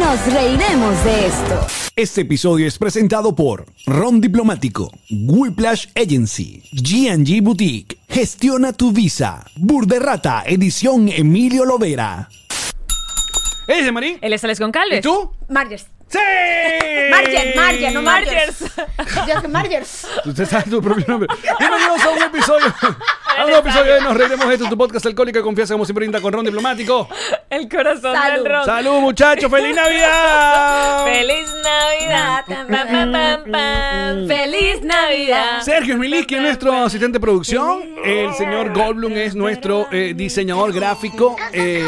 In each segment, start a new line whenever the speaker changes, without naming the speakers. Nos reiremos de esto.
Este episodio es presentado por Ron Diplomático, Whiplash Agency, G&G Boutique, Gestiona tu Visa, Burderrata, edición Emilio Lovera.
¿Ese, Marí?
Él es Alex Goncalves.
¿Y tú?
Margers.
¡Sí!
Marger, Marger, no Margers. Yo que Margers.
Tú te sabes tu propio nombre. Bienvenidos a un episodio. A un episodio de Nos Reiremos de Esto, tu podcast alcohólico de confianza, como siempre, brinda con Ron Diplomático.
El corazón
Salud.
del rock.
¡Salud, muchachos! ¡Feliz Navidad!
¡Feliz
Mm,
Navidad! Pam, pam, pam, pam. ¡Feliz Navidad!
Sergio Smiliski es nuestro pues, asistente de producción. El señor Goldblum es nuestro eh, diseñador gráfico. eh,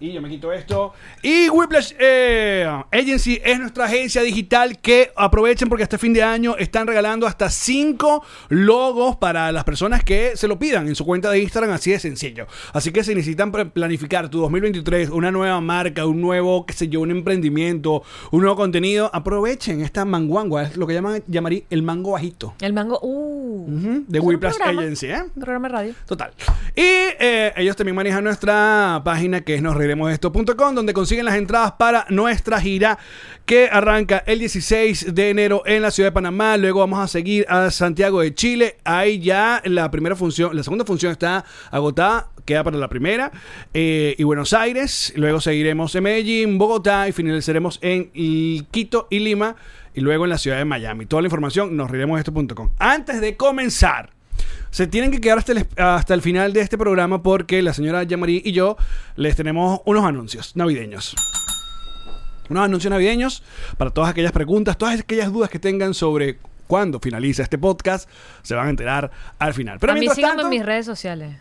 y yo me quito esto. Y Whiplash eh, Agency es nuestra agencia digital que aprovechen porque este fin de año están regalando hasta 5 logos para las personas que se lo pidan en su cuenta de Instagram. Así de sencillo. Así que si necesitan pre- planificar tu 2023, una nueva marca, un nuevo, qué sé yo, un emprendimiento, un nuevo contenido, aprovechen esta manguangua. Es lo que llaman, llamaría el mango bajito.
El mango. Uh,
Ujú, De
Es un
Whiplash
programa.
Agency, ¿eh?
Un programa de radio.
Total. Y eh, ellos también manejan nuestra página que es nosreiremosesto.com, donde consiguen las entradas para nuestra gira que arranca el 16 de enero en la ciudad de Panamá. Luego vamos a seguir a Santiago de Chile. Ahí ya la primera función, la segunda función está agotada, queda para la primera. Eh, y Buenos Aires. Luego seguiremos en Medellín, Bogotá y finalizaremos en y- Quito y Lima. Y luego en la ciudad de Miami. Toda la información nosreiremosesto.com. Antes de comenzar. Se tienen que quedar hasta el, hasta el final de este programa porque la señora Yamari y yo les tenemos unos anuncios navideños. Unos anuncios navideños para todas aquellas preguntas, todas aquellas dudas que tengan sobre cuándo finaliza este podcast, se van a enterar al final. Pero,
a mí
mientras,
síganme
tanto,
en mis redes sociales.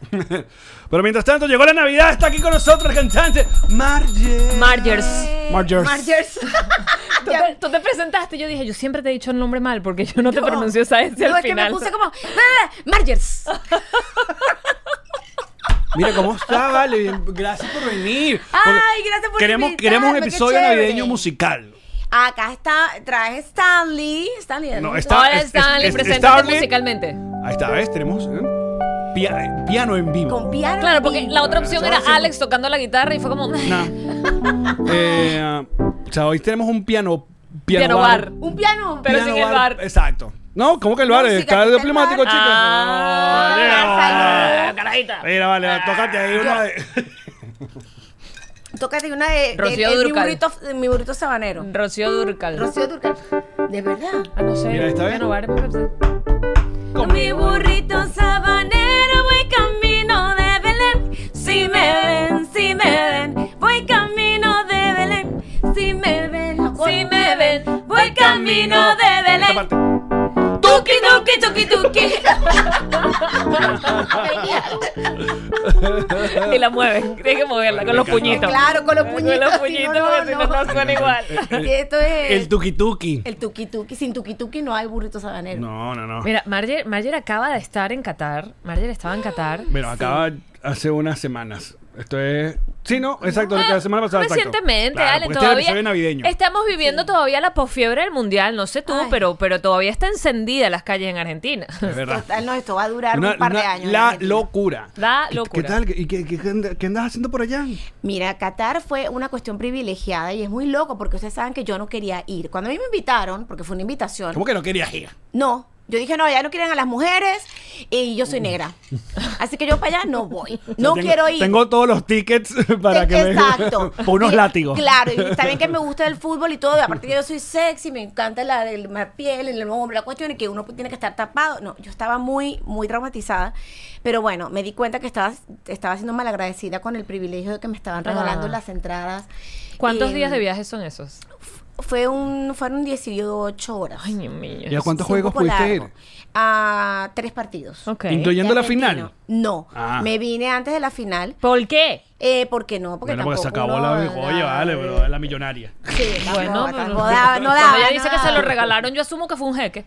pero mientras tanto, llegó la Navidad, está aquí con nosotros el cantante Marger.
Margers.
Margers.
Eh, Margers.
Ah,
Tú te, tú te presentaste y yo dije, yo siempre te he dicho el nombre mal porque yo no te pronuncio esa S
No,
al
es que me
final.
puse como. "Ah, Margers.
Mira cómo está, vale. bien, Gracias por venir.
Ay, gracias por
queremos,
invitarme,
queremos un
qué
episodio
chévere.
navideño musical.
Acá está. Traje Stanley. Stanley. ¿de
No,
dónde?
está-
Hola
es- es-
Stanley,
es-
preséntate
Starling.
musicalmente.
Ahí está, ¿ves? Tenemos ¿eh? Pia- piano en vivo.
Con piano.
Claro, porque la otra opción era
Ahora sí.
Alex tocando la guitarra y fue como.
No. Eh, o sea, hoy tenemos un piano. Piano,
Piano
bar.
bar.
Un piano.
Pero
Piano
sin el bar.
Exacto. No, ¿cómo que el bar?
Música,
Está
que
el
está el
diplomático,
bar.
chicos.
Ah,
Mira,
ah,
vale. Mira, vale, tócate ahí una de.
Tócate una de. de-
Rocío
de mi
Dúrcal.
burrito, de mi burrito sabanero.
Rocío Durcal.
Rocío Dúrcal. De verdad.
Ah, no sé.
Mira, ¿esta vez?
Piano bar,
Mi burrito sabanero, voy camino de Belén. Si me ven, si me ven, voy camino de Belén. Si me ven, si me ven, voy camino de
Esta
Belén.
parte.
Tuki, tuki, tuki, tuki.
Y la mueven. Tienes que moverla con los
encanta.
puñitos.
Claro, con los puñitos.
Con los
si
puñitos,
no,
porque si no,
no.
no suena igual.
Esto es.
El tuki tuki.
el tuki tuki. Sin tuki tuki no hay burrito sabanero.
No, no, no.
Mira, Marger, Marger acaba de estar en Qatar. Marger estaba en Qatar.
Bueno, acaba hace unas semanas. Esto es. Sí, no, exacto, lo que la semana pasada. exacto.
Ah, Recientemente,
Claro,
Ale,
porque este es el
todavía
episodio navideño.
estamos viviendo todavía la posfiebre del mundial, no sé tú,
Ay.
pero pero todavía está encendida las calles en Argentina.
Es verdad.
Total, no, esto va a durar
Una-
un par de
una-
años.
La
Argentina.
locura.
La
¿Qué-
locura.
¿Qué tal? ¿Y qué, qué- qué- qué andas haciendo por allá?
Mira, Qatar fue una cuestión privilegiada y es muy loco porque ustedes saben que yo no quería ir. Cuando a mí me invitaron, porque fue una invitación.
¿Cómo que no querías ir?
No, yo dije, no, ya no quieren a las mujeres,
y yo soy negra. Así que yo para allá no voy. No quiero ir.
Tengo todos los tickets para que me-
Exacto.
por unos
Y-
látigos.
Claro, y también que me gusta el fútbol y todo. Y aparte que yo soy sexy, me encanta la, el- la piel, el hombre, la cuestión, y que uno tiene que estar tapado. No, yo estaba muy, muy traumatizada. Pero bueno, me di cuenta que estaba, estaba siendo malagradecida con el privilegio de que me estaban regalando
Ah.
las entradas.
¿Cuántos
Eh,
días de viaje son esos?
Fue un, fueron 18 horas.
Ay, Dios mío.
¿Y a cuántos
Sí, un
juegos
poco
pudiste
largo.
ir?
A tres partidos.
Ok.
Incluye- ¿Yendo a la
Argentino.
final?
No,
Ah.
me vine antes de la final.
¿Por qué?
Eh, ¿Por qué no? Porque
Bueno, porque se
tampoco
acabó
uno-
la. Oye, vale, pero es la millonaria.
Sí,
Bueno,
bueno,
pero-
no daba, no daba.
Cuando ella
no
dice que se
daba.
lo regalaron, yo asumo que fue un jeque.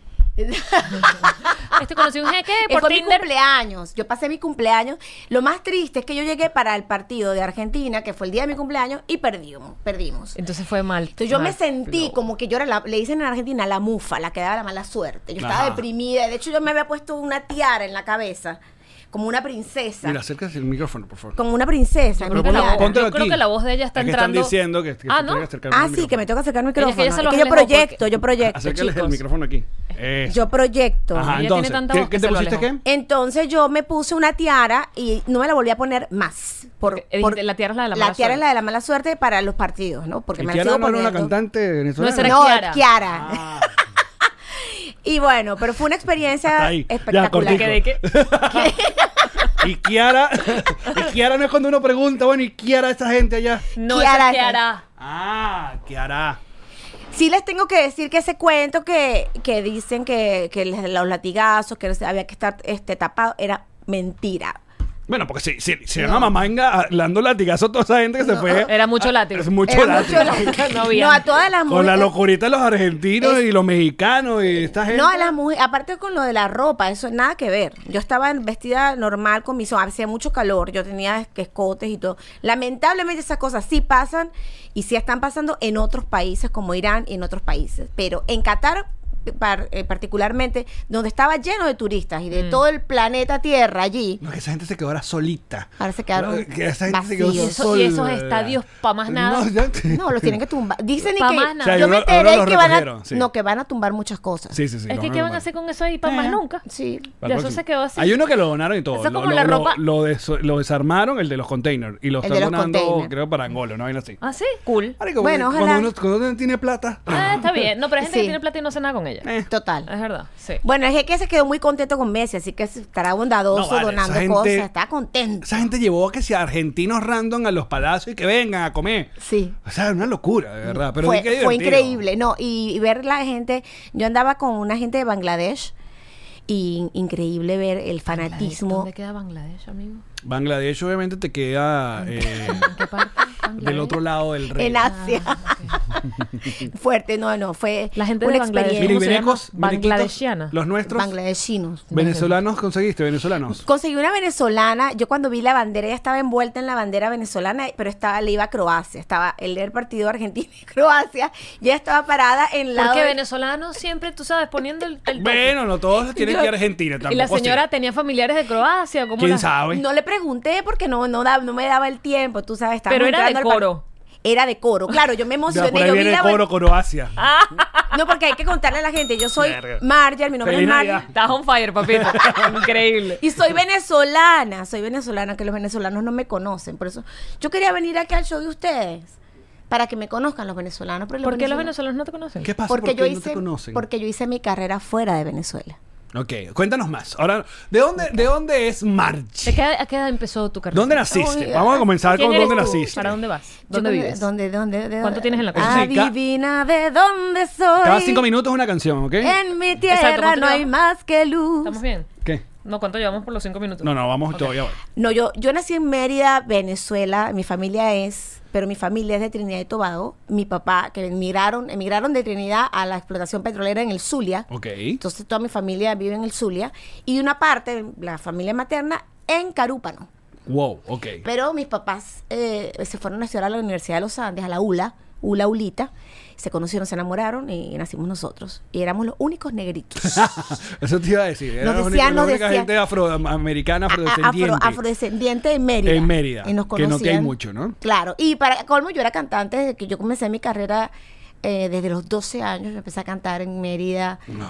Este conoció un jeque
Eh,
por
fue mi
Tinder.
cumpleaños. Yo pasé mi cumpleaños. Lo más triste es que yo llegué para el partido de Argentina, que fue el día de mi cumpleaños, y perdimos. perdimos.
Entonces fue mal.
Entonces yo me
mal
sentí
flow.
como que yo era la, le dicen en Argentina la mufa, la que daba la mala suerte. Yo estaba
Ajá.
deprimida. De hecho, yo me había puesto una tiara en la cabeza, como una princesa.
Mira, acércate el micrófono, por favor.
Como una princesa.
Pero
mi
ponlo-
tiara.
ponte- Yo creo que la voz de ella está
Es que
entrando-
Están diciendo que, que
Ah,
te
¿no?
tengas que acercar
Ah,
el
sí, que me
micrófono.
toca sacar el
Ella- ella
micrófono.
se lo
Es que yo
alejó porque-
proyecto, yo proyecto.
Acércales el
chicos.
micrófono aquí. Eso.
Yo proyecto.
Ajá,
Ella tiene
entonces.
tanta
¿Qué,
voz
qué
que
te
se lo
pusiste
alejó.
qué?
Entonces yo me puse una tiara y no me la volví a poner más. Por,
Porque, eh,
por-
la tiara es la de la mala
tiara es
suerte.
la de la mala suerte para los partidos, ¿no? Porque
¿Y
me la
Kiara
sigo
no era una
poniendo.
cantante Ah. venezolana?
No, esa era
No,
Kiara.
Kiara. y bueno, pero fue una
Hasta
experiencia
ahí. Ya,
espectacular.
cortico.
Que de que-
Y Kiara, y Kiara no es cuando uno pregunta, bueno, ¿y Kiara esta gente allá?
No,
Kiara.
esa es Kiara.
Ah, Kiara.
Sí les tengo que decir que ese cuento que, que dicen que, que les- los latigazos, que había que estar este, tapado, era mentira.
Bueno, porque si, si, si era una mamanga ah, dando latigazo a toda esa gente que se fue. Ah,
Era mucho látigo.
Es mucho
Era
látigo.
mucho la-
No había.
No, a todas las
Con la
mujeres-
locurita de los argentinos
Es-
y los mexicanos y esta gente.
No, a las mujeres, aparte con lo de la ropa, eso nada que ver. Yo estaba en- vestida normal con mis hacía mucho calor, yo tenía es- escotes y todo. Lamentablemente esas cosas sí pasan y sí están pasando en otros países como Irán y en otros países, pero en Qatar par- eh, particularmente donde estaba lleno de turistas y de todo el planeta Tierra allí.
No, que esa gente se quedó ahora solita.
Ahora se quedaron
No, que esa gente se quedó
vacíos.
Y eso- y esos
sola.
estadios, pa' más nada.
No, ya-
No, los tienen que tumbar. Dicen y
Pa'
que
más nada. O sea,
yo me
uno- uno
enteré
los
que van a
recogieron, sí.
no que van a tumbar muchas cosas.
Sí, sí, sí.
Es
los
que ¿qué van a
normal.
hacer con eso ahí para
Eh.
más nunca?
Sí.
Para
Ya
el
eso
próximo.
se quedó así.
Hay uno que lo donaron y todo.
Eso
lo,
como
lo-
la
lo-
ropa.
Lo, des- lo desarmaron, el de los containers. Y lo
El
están
de los
donando,
containers.
creo, para Angola, ¿no? Vaina así.
Ah, sí, cool.
Marico,
Bueno,
cuando
ojalá.
uno- Cuando uno tiene plata.
Ah, está bien. No, pero hay gente que
Sí.
tiene plata y no hace nada con ella.
Eh.
Total.
Es verdad, sí.
Bueno, es que se quedó muy contento con Messi, así que estará bondadoso
No, vale,
donando
esa gente-
cosas, está contento.
Esa gente llevó a que si argentinos random a los palacios y que vengan a comer.
Sí.
O sea, una locura, de verdad. Pero
fue,
sí que
fue
divertido.
increíble, no, y, y ver la gente, yo andaba con una gente de Bangladesh y increíble ver el fanatismo.
¿Dónde queda Bangladesh, amigo?
Bangladesh, obviamente, te queda eh,
¿En qué parte?
del otro lado del rey.
En Asia. Fuerte, no, no, fue
Ah, La gente de
una
Bangladesh.
experiencia.
Mira, y
¿Cómo se llama?
venecos, venequitos,
Bangladeshiana.
Los nuestros.
Bangladeshinos.
Venezolanos conseguiste, venezolanos.
Conseguí una venezolana. Yo cuando vi la bandera, ella estaba envuelta en la bandera venezolana, pero estaba, le iba a Croacia. Estaba el del partido Argentina y Croacia. Ya estaba parada en la.
Porque venezolanos siempre, tú sabes, poniendo el. el toque.
Bueno, no todos tienen
Yo-
que ir a Argentina
Y la
tampoco así.
señora tenía familiares de Croacia, como
¿Quién
la-
sabe?
No le pregunté porque no, no, da- no me daba el tiempo, tú sabes. estábamos
Pero era de
entrando al par-
coro.
Era de coro, claro, yo me
Ya, por
emocioné.
ahí
Yo vi
viene el
la
coro
ban-
Croacia.
No, porque hay que contarle a la gente. Yo soy
Verga.
Marger, mi nombre
Feliz
es Marger.
Navidad.
Estás on fire, papito. Increíble.
Y soy venezolana, soy venezolana, que los venezolanos no me conocen. Por eso yo quería venir aquí al show de ustedes, para que me conozcan los venezolanos. Pero
¿Por qué los venezolanos no te conocen?
¿Qué pasa?
porque
¿Por qué
yo
no
hice
te conocen?
porque yo hice mi carrera fuera de Venezuela
Ok, cuéntanos más. Ahora, ¿de dónde, ¿de dónde es
¿De
March?
qué, ¿A qué edad empezó tu carrera?
¿Dónde naciste?
Uy,
Vamos a comenzar
¿Quién
con
eres
dónde
tú?
naciste.
¿Para dónde vas? ¿Dónde
Yo con-
vives?
dónde dónde de
¿Cuánto
dónde-
tienes en la
cuenta? Eso sí, ca-
adivina de dónde soy
Cada cinco minutos una canción, ¿ok?
en mi
Exacto,
tierra
¿cuánto
no hay
llevamos?
más que luz
¿Estamos bien?
¿Qué?
No, ¿cuánto llevamos por los cinco minutos?
No, no, vamos todavía. voy.
no yo yo nací en Mérida Venezuela mi familia es pero mi familia es de Trinidad y Tobago mi papá que emigraron emigraron de Trinidad a la explotación petrolera en el Zulia
Ok.
entonces toda mi familia vive en el Zulia y una parte la familia materna en Carúpano
Wow, ok.
Pero mis papás eh, se fueron a estudiar a la Universidad de los Andes, a la ULA, ULA ULITA. Se conocieron, se enamoraron y nacimos nosotros. Y éramos los únicos negritos.
Eso te iba a decir. Era
Nos decían,
la única- la
nos
única
decían.
gente afroamericana, afrodescendiente.
Afro, afrodescendiente en Mérida.
En Mérida,
Y nos
que no que hay
conocían.
mucho, ¿no?
Claro. Y para colmo, yo era cantante desde que yo comencé mi carrera eh, desde los 12 años. Yo empecé a cantar en Mérida.
No.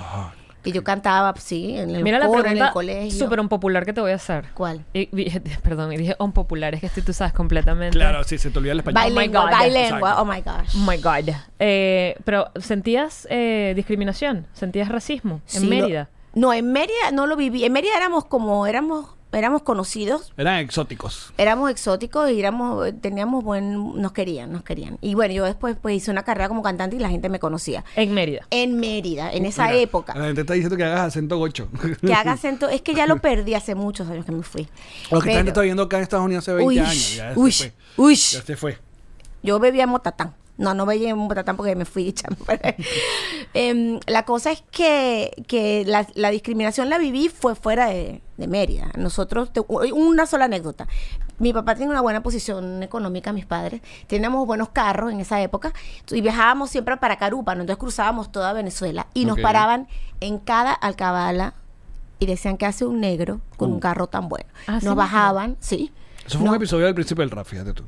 Que yo cantaba, sí, en el
Mira la
coro, en
pregunta
el colegio.
súper em- popular que te voy a hacer.
¿Cuál?
Y- y- perdón, y dije popular es que estoy, tú sabes completamente.
Claro, sí, se te olvida el español.
Baile-
Bilengua,
Oh my God.
bilengua,
Exacto.
oh my gosh.
Oh my God. Eh, pero, ¿sentías eh, discriminación? ¿Sentías racismo
Sí,
en
lo-
Mérida?
no, en Mérida no lo viví. En Mérida éramos como, éramos, éramos conocidos,
Eran exóticos.
éramos exóticos y éramos, teníamos buen, nos querían, nos querían. Y bueno, yo después pues hice una carrera como cantante y la gente me conocía.
En Mérida.
En Mérida, en esa
Mira,
época.
La gente está diciendo que hagas acento gocho.
Que haga acento, es que ya lo perdí hace muchos años que me fui.
Lo que esta gente
Pero-
está viendo acá en Estados Unidos hace 20
Uy,
años. Ya se
uy,
fue.
uy.
Ya se fue.
Yo bebía motatán. No, no bebía motatán porque me fui chamo. Em, la cosa es que, que la, la discriminación la viví fue fuera de, de Mérida. Nosotros, te- una sola anécdota. Mi papá tiene una buena posición económica, mis padres. Teníamos buenos carros en esa época y viajábamos siempre para Carúpano. Entonces cruzábamos toda Venezuela y nos
Ok.
paraban en cada alcabala y decían que hace un negro con un carro tan bueno.
¿Ah, sí
nos
mismo?
bajaban, sí.
Uh. Eso fue
No,
un episodio del Príncipe del Rap, fíjate tú.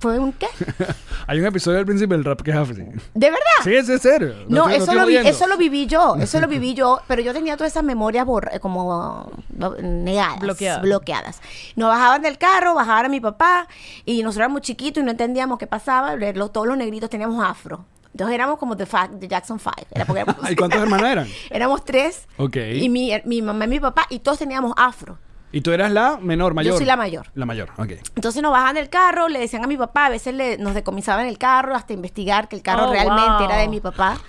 ¿Fue un qué?
Hay un episodio del Príncipe del Rap que es así.
¿De verdad?
Sí, ese es serio.
No,
estoy-
eso,
estoy
lo vi,
jodiendo.
eso lo viví yo, eso lo viví yo, pero yo tenía todas esas memorias borra- eh, como bo- negadas,
Bloqueadas.
bloqueadas. Nos bajaban del carro, bajaban a mi papá y nosotros éramos chiquitos y no entendíamos qué pasaba, lo- todos los negritos teníamos afro. Entonces éramos como The, Fa- The Jackson Five. Era porque éramos-
¿Y cuántos hermanos eran?
éramos tres
Ok.
y mi, mi mamá y mi papá y todos teníamos afro.
Y tú eras la menor, mayor.
soy la mayor.
La mayor, ok.
Entonces nos bajaban del carro, le decían a mi papá, a veces le- nos decomisaban el carro hasta investigar que el carro
Oh,
realmente
wow.
era de mi papá,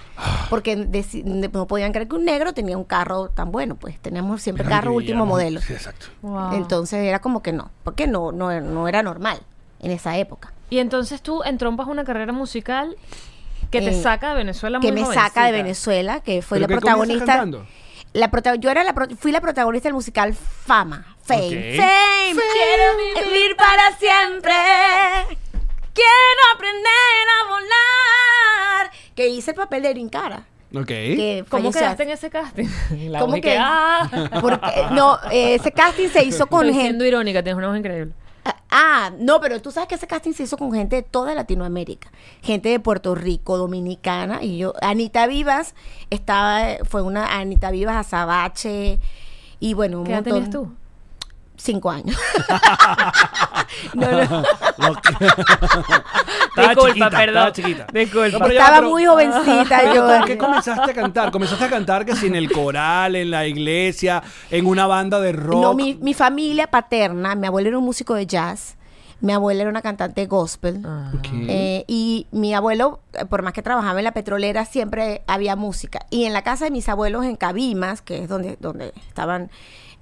porque deci- no podían creer que un negro tenía un carro tan bueno, pues teníamos siempre
Mira,
carro
y
último
éramos-
modelo.
Sí, exacto.
Wow.
Entonces era como que no, porque no, no, no era normal en esa época.
y entonces tú entrompas una carrera musical que te
Eh,
saca de Venezuela
que
muy
me saca de
jovencita.
Venezuela, que fue la
¿Pero qué comienzas
protagonista.
cantando?
La prota- yo era la pro- fui la protagonista del musical Fama, Fame.
Ok.
Fame,
Quiero vivir para siempre.
Quiero aprender a volar. Que hice el papel de Brincara.
Ok.
Que
¿Cómo
falleció hace-
quedaste en ese casting? La
¿Cómo
voz y
que?
¡ah!
Porque- no, eh, ese casting se hizo con
Estoy siendo
gente.
irónica, tienes una voz increíble.
Ah, no, pero tú sabes que ese casting se hizo con gente de toda Latinoamérica. Gente de Puerto Rico, dominicana. Y yo, Anita Vivas, estaba, fue una Anita Vivas Azabache. Y bueno, un
¿Qué edad
montón.
tenías tú?
Cinco años. no, no.
Estaba
Disculpa,
chiquita,
perdón.
estaba chiquita.
Disculpa.
No, pero ya,
Estaba
pero-
muy jovencita
Pero, ¿Por
yo.
qué
eh,
comenzaste a cantar? ¿Comenzaste a cantar que si en el coral, en la iglesia, en una banda de rock?
No, mi, mi familia paterna, mi abuelo era un músico de jazz, mi abuela era una cantante gospel.
Ah.
Ok.
Eh, y mi abuelo, eh, por más que trabajaba en la petrolera, siempre había música. Y en la casa de mis abuelos en Cabimas, que es donde, donde estaban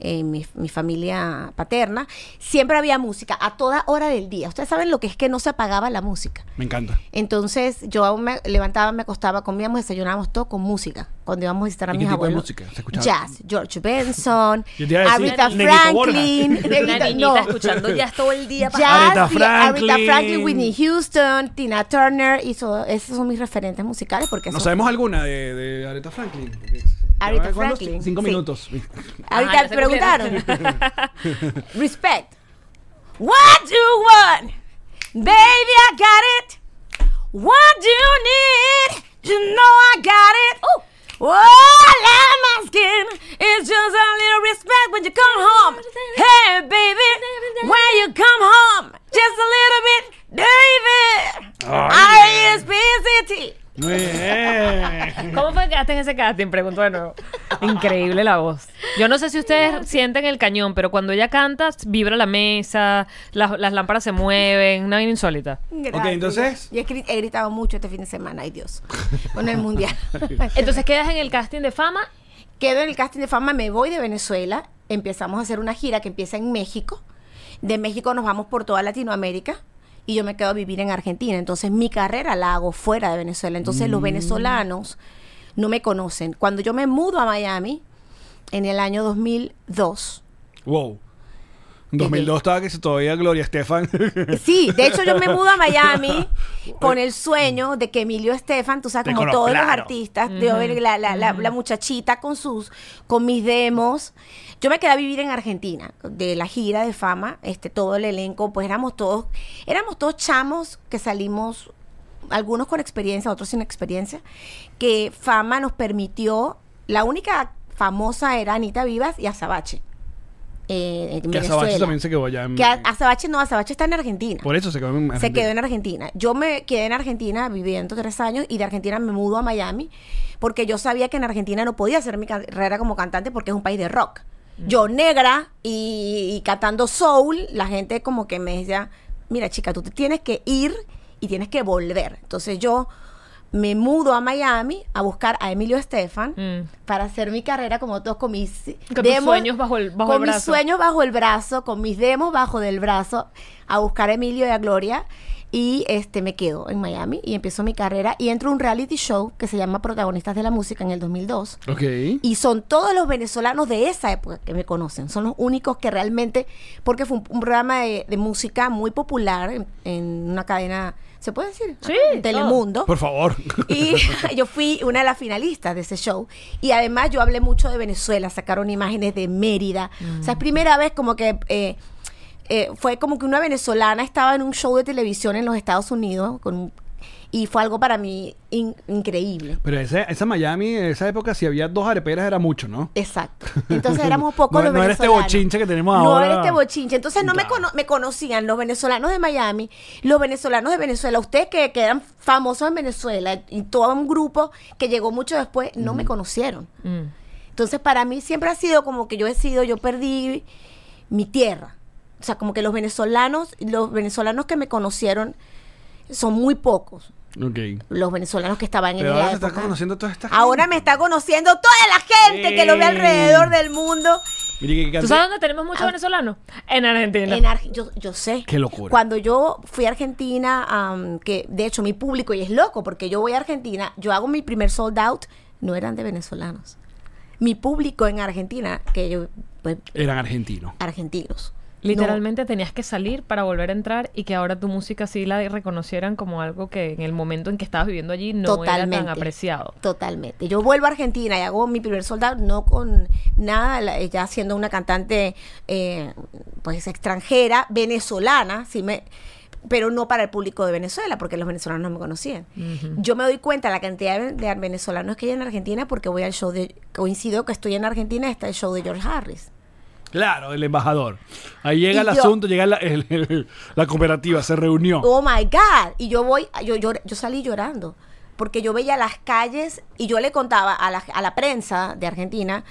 eh, mi, mi familia paterna, siempre había música a toda hora del día. Ustedes saben lo que es que no se apagaba la música.
Me encanta.
Entonces yo aún me levantaba, me acostaba, comíamos, desayunábamos todo con música. Cuando íbamos a visitar a
¿Y
mis
qué tipo de
abuelos.
música se escuchaba?
Jazz, George Benson,
Yo te iba a decir,
Aretha
Negrito Borja.
Franklin,
Una
Negrito-
niñita
no.
escuchando jazz todo el día. pa-
Jazz,
Aretha
Aretha
Franklin.
Franklin. Whitney Houston, Tina Turner, y so- esos son mis referentes musicales porque
¿No
son-
sabemos alguna de, de Aretha Franklin?
Aretha
¿Cuándo?
Franklin,
Cinco
sí.
minutos.
Ahorita
Ah, ya se
preguntaron. Respect. What you want, baby, I got it. What you need, you know I got it. Oh, all I'm asking is just a little respect when you come home. Hey, baby, when you come home, just a little bit, David. I is busy.
Muy bien.
¿Cómo fue que quedaste en ese casting? Pregunto de nuevo. Increíble la voz. Yo no sé si ustedes sienten el cañón, pero cuando ella canta, vibra la mesa, las, las lámparas se mueven, una vaina insólita.
Gracias.
entonces.
Y he, gri- he gritado mucho este fin de semana, ay Dios, con el mundial.
Entonces quedas en el casting de fama.
Quedo en el casting de fama, me voy de Venezuela, empezamos a hacer una gira que empieza en México, de México nos vamos por toda Latinoamérica y yo me quedo a vivir en Argentina, entonces mi carrera la hago fuera de Venezuela, entonces los venezolanos no me conocen. Cuando yo me mudo a Miami en el año 2002,
Wow. En 2002 estaba que se todavía Gloria Estefan.
Sí, de hecho yo me mudo a Miami con el sueño de que Emilio Estefan, tú sabes,
Te
como
conozco,
todos los
claro.
artistas, yo, la, la- la- la muchachita con sus, con mis demos. Yo me quedé a vivir en Argentina, de la gira de fama, este, todo el elenco, pues éramos todos, éramos todos chamos que salimos, algunos con experiencia, otros sin experiencia, que fama nos permitió, la única famosa era Anita Vivas y Azabache. eh, en
Que Azabache
Venezuela.
también se quedó allá en-
Que a- Azabache no, Azabache está en Argentina.
Mm. Por eso se quedó en
Se
Argentina.
quedó en Argentina. Yo me quedé en Argentina viviendo tres años y de Argentina me mudo a Miami porque yo sabía que en Argentina no podía hacer mi carrera como cantante porque es un país de rock.
Mm.
Yo negra y, y cantando soul, la gente como que me decía, mira chica, tú te tienes que ir y tienes que volver. Entonces yo me mudo a Miami a buscar a Emilio Estefan
Mm.
para hacer mi carrera como todos con mis
tus sueños bajo el- bajo
con
el
mis
brazo.
sueños bajo el brazo, con mis demos bajo del brazo, a buscar a Emilio y a Gloria. Y este me quedo en Miami y empiezo mi carrera. Y entro a un reality show que se llama Protagonistas de la Música en el 2002.
Ok.
Y son todos los venezolanos de esa época que me conocen. Son los únicos que realmente, porque fue un, un programa de, de música muy popular en, en una cadena, ¿se puede decir?
Sí,
En Telemundo.
Por favor.
Y yo fui una de las finalistas de ese show. Y además yo hablé mucho de Venezuela, sacaron imágenes de Mérida. O sea, es primera vez como que... eh, eh, fue como que una venezolana estaba en un show de televisión en los Estados Unidos con un- y fue algo para mí in- increíble.
Pero ese- esa Miami, en esa época, si había dos areperas, era mucho, ¿no?
Exacto. Entonces éramos pocos
No-
los
no era este
venezolanos.
bochinche que tenemos
No
ahora.
era este bochinche. Entonces no me,
Claro.
cono- me conocían los venezolanos de Miami, los venezolanos de Venezuela. Ustedes que, que eran famosos en Venezuela y todo un grupo que llegó mucho después, no me conocieron.
Mm.
Entonces para mí siempre ha sido como que yo he sido, yo perdí mi tierra. O sea, como que los venezolanos, los venezolanos que me conocieron son muy pocos.
Ok.
Los venezolanos que estaban en
Pero
la
ahora se está
época.
conociendo toda esta
Ahora me está conociendo toda la gente que lo ve
Sí.
alrededor del mundo.
Mire que
¿Tú
cantidad-
sabes dónde tenemos muchos venezolanos? En Argentina.
En Arge- yo, yo sé.
Qué locura.
Cuando yo fui a Argentina, am, que de hecho mi público, y es loco, porque yo voy a Argentina, yo hago mi primer sold out, no eran de venezolanos. Mi público en Argentina, que yo, pues,
Eran argentinos.
argentinos.
Literalmente tenías que salir para volver a entrar y que ahora tu música sí la reconocieran como algo que en el momento en que estabas viviendo allí no era tan apreciado.
Totalmente. Yo vuelvo a Argentina y hago mi primer soldado, no con nada, la- eh, ya siendo una cantante eh, pues extranjera, venezolana, sí me, pero no para el público de Venezuela, porque los venezolanos no me conocían. Yo me doy cuenta la cantidad de, de venezolanos que hay en Argentina porque voy al show de, coincido que estoy en Argentina, está el show de George Harris.
Claro, el embajador. Ahí llega
Y
el
yo-
asunto, llega la, el- el- la cooperativa, se reunió.
Oh my God. Y yo voy, yo, yo, yo salí llorando. Porque yo veía las calles y yo le contaba a la, a la prensa de Argentina,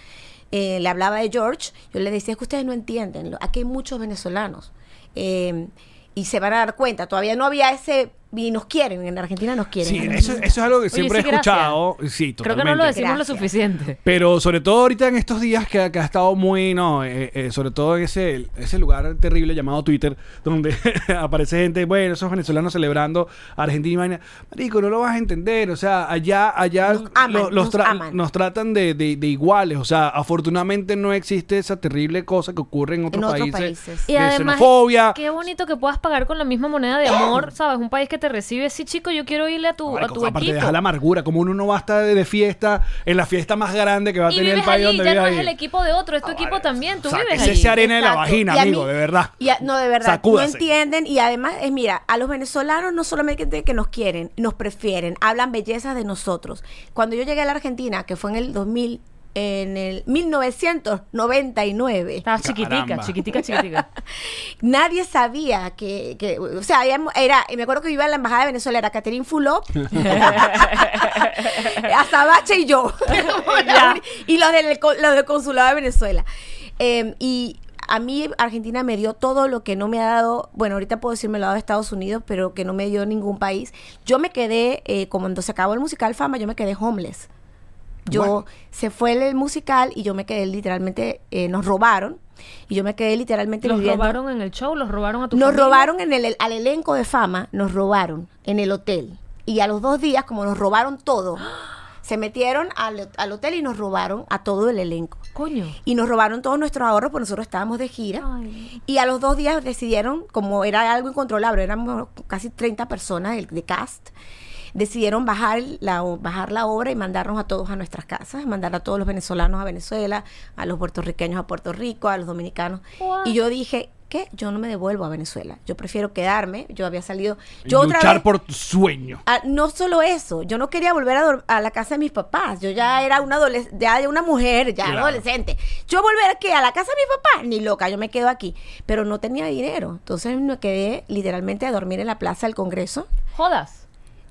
eh, le hablaba de George, yo le decía, es que ustedes no entienden, lo- aquí hay muchos venezolanos. eh, y se van a dar cuenta, todavía no había ese, y nos quieren, en Argentina nos quieren.
Sí, eso, eso es algo que siempre
sí,
he
gracias.
escuchado. Sí,
Creo
totalmente.
que no lo decimos lo
Gracias.
suficiente.
Pero sobre todo ahorita en estos días que, que ha estado muy, no, eh, eh, sobre todo en ese, ese lugar terrible llamado Twitter, donde aparece gente, bueno, esos venezolanos celebrando a Argentina y vaina. Marico, no lo vas a entender, o sea, allá, allá
Nos aman, nos
tra-
aman.
nos tratan de, de- de iguales, o sea, afortunadamente no existe esa terrible cosa que ocurre en otros,
En otros
países,
países.
de
Y además,
xenofobia.
qué bonito que puedas pagar con la misma moneda de amor, ¿sabes? Un país que te recibe, sí, chico, yo quiero irle a tu,
Marico,
a tu
aparte
equipo.
deja la amargura, como uno no va a estar de, de fiesta en la fiesta más grande que va a
Y
tener el
vives
país
allí,
donde
ya no
vive
es el
ahí.
equipo de otro, es tu equipo también, tú
O sea,
vives
ese
allí.
se arena de la
Exacto.
vagina,
Y a
amigo,
mí-
de verdad.
y a- no, de verdad.
Sacúdase.
No entienden. Y además, es mira, a los venezolanos no solamente que nos quieren, nos prefieren, hablan bellezas de nosotros. Cuando yo llegué a la Argentina, que fue en el 2000, en el 1999,
Estabas chiquitica,
Caramba.
chiquitica, chiquitica.
nadie sabía que, que- o sea, había- era, me acuerdo que iba a la embajada de Venezuela, era Catherine Fulop, Azabache y yo.
Ya.
y los del, co- los del consulado de Venezuela. Eh, y a mí Argentina me dio todo lo que no me ha dado, bueno, ahorita puedo decir me lo ha dado Estados Unidos, pero que no me dio ningún país. Yo me quedé, eh, como cuando se acabó el musical Fama, yo me quedé homeless. Yo se fue el, el musical y yo me quedé literalmente, eh, nos robaron y yo me quedé literalmente
los
viviendo-
robaron en el show, los robaron a tu
nos
familia.
robaron en el, el- al elenco de fama, nos robaron en el hotel. Y a los dos días, como nos robaron todo, se metieron al, al hotel y nos robaron a todo el elenco.
Coño.
Y nos robaron todos nuestros ahorros porque nosotros estábamos de gira.
Ay.
Y a los dos días decidieron, como era algo incontrolable, éramos casi 30 personas del- de, cast, decidieron bajar la, o- bajar la obra y mandarnos a todos a nuestras casas, mandar a todos los venezolanos a Venezuela, a los puertorriqueños a Puerto Rico, a los dominicanos.
What?
Y yo dije, que yo no me devuelvo a Venezuela. Yo prefiero quedarme. Yo había salido. Yo
Luchar
otra vez,
por tu sueño.
Ah, no solo eso, yo no quería volver a, dor- a la casa de mis papás. Yo ya era una adoles- ya era una mujer, ya
Claro.
adolescente. Yo volver aquí a la casa de mis papás, ni loca, yo me quedo aquí. Pero no tenía dinero. Entonces me quedé literalmente a dormir en la plaza del Congreso
Jodas.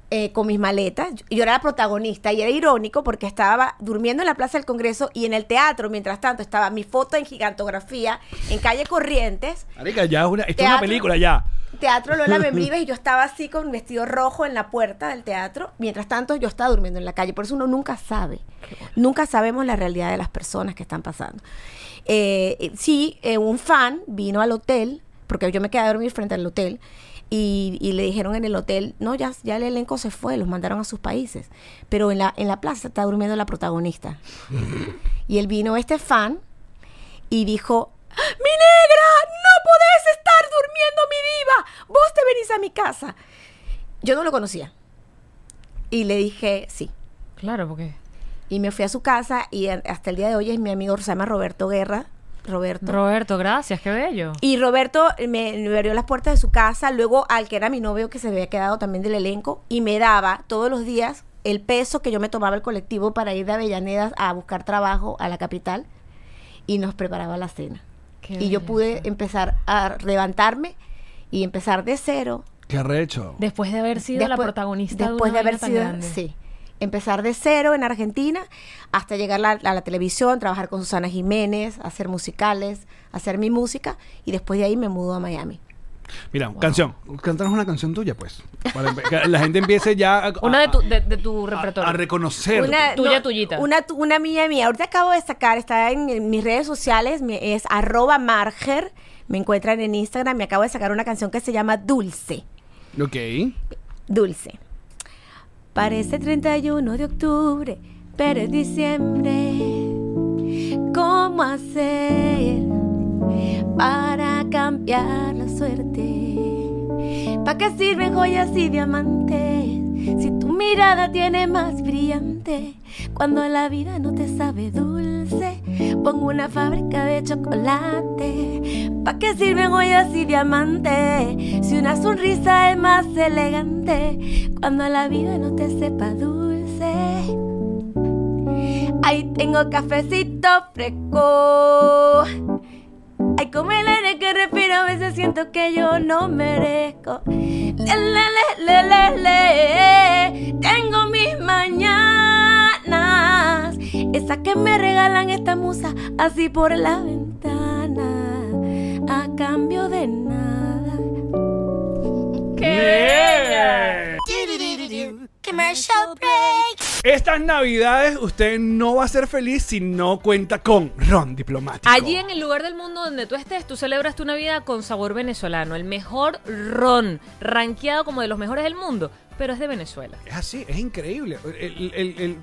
eh, con mis maletas. Yo- Yo era la protagonista y era irónico porque estaba durmiendo en la Plaza del Congreso y en el teatro, mientras tanto, estaba mi foto en gigantografía en calle Corrientes.
Marica, ya es una, esto es una
Teatro.
película ya.
Teatro Lola Membrives y yo estaba así con vestido rojo en la puerta del teatro. Mientras tanto, yo estaba durmiendo en la calle. Por eso uno nunca sabe. Nunca sabemos la realidad de las personas que están pasando. Eh, eh, sí, eh, un fan vino al hotel, porque yo me quedé a dormir frente al hotel, y, y le dijeron en el hotel, no, ya, ya el elenco se fue, los mandaron a sus países. Pero en la, en la plaza está durmiendo la protagonista. y él vino, este fan, y dijo, ¡Mi negra! ¡No podés estar durmiendo, mi diva! ¡Vos te venís a mi casa! Yo no lo conocía. Y le dije, sí.
Claro, porque.
Y me fui a su casa y a- hasta el día de hoy es mi amigo, se llama Roberto Guerra. Roberto.
Roberto, gracias, qué bello.
y Roberto eh, me, me abrió las puertas de su casa, luego al que era mi novio que se había quedado también del elenco, y me daba todos los días el peso que yo me tomaba el colectivo para ir de Avellaneda a buscar trabajo a la capital y nos preparaba la cena.
Qué
y yo
belleza.
pude empezar a levantarme y empezar de cero.
Qué arrecho.
Después de haber sido la
Después-
protagonista de
después
una
de haber
vaina tan
sido,
grande.
sí. Empezar de cero en Argentina hasta llegar la- a la televisión, trabajar con Susana Jiménez, hacer musicales, hacer mi música y después de ahí me mudo a Miami.
Mira, canción. Cantanos una canción tuya, pues. Para empe- que la gente empiece ya a,
Una de
a-
tu, de, de tu
a-
repertorio.
a reconocer.
Tuya, tuyita.
Una, tu- una mía mía. Ahorita acabo de sacar, está en, en mis redes sociales, mi- es arroba marger. Me encuentran en Instagram, me acabo de sacar una canción que se llama Dulce.
Ok.
Dulce. Parece 31 de octubre, pero es diciembre. ¿Cómo hacer para cambiar la suerte? ¿Para qué sirven joyas y diamantes si tu mirada tiene más brillante? Cuando la vida no te sabe dulce, pongo una fábrica de chocolate. ¿Para qué sirven joyas y diamantes si una sonrisa es más elegante? Cuando la vida no te sepa dulce. Ahí tengo cafecito fresco. Ay, como el aire que respiro, a veces siento que yo no merezco. Le, le, le, le, le, le. Tengo mis mañanas, esas que me regalan esta musa, así por la ventana, a cambio de nada.
Estas navidades usted no va a ser feliz si no cuenta con Ron Diplomático.
Allí en el lugar del mundo donde tú estés, tú celebras tu Navidad con sabor venezolano, el mejor ron, rankeado como de los mejores del mundo, pero es de Venezuela.
Es así, es increíble. El, el- el-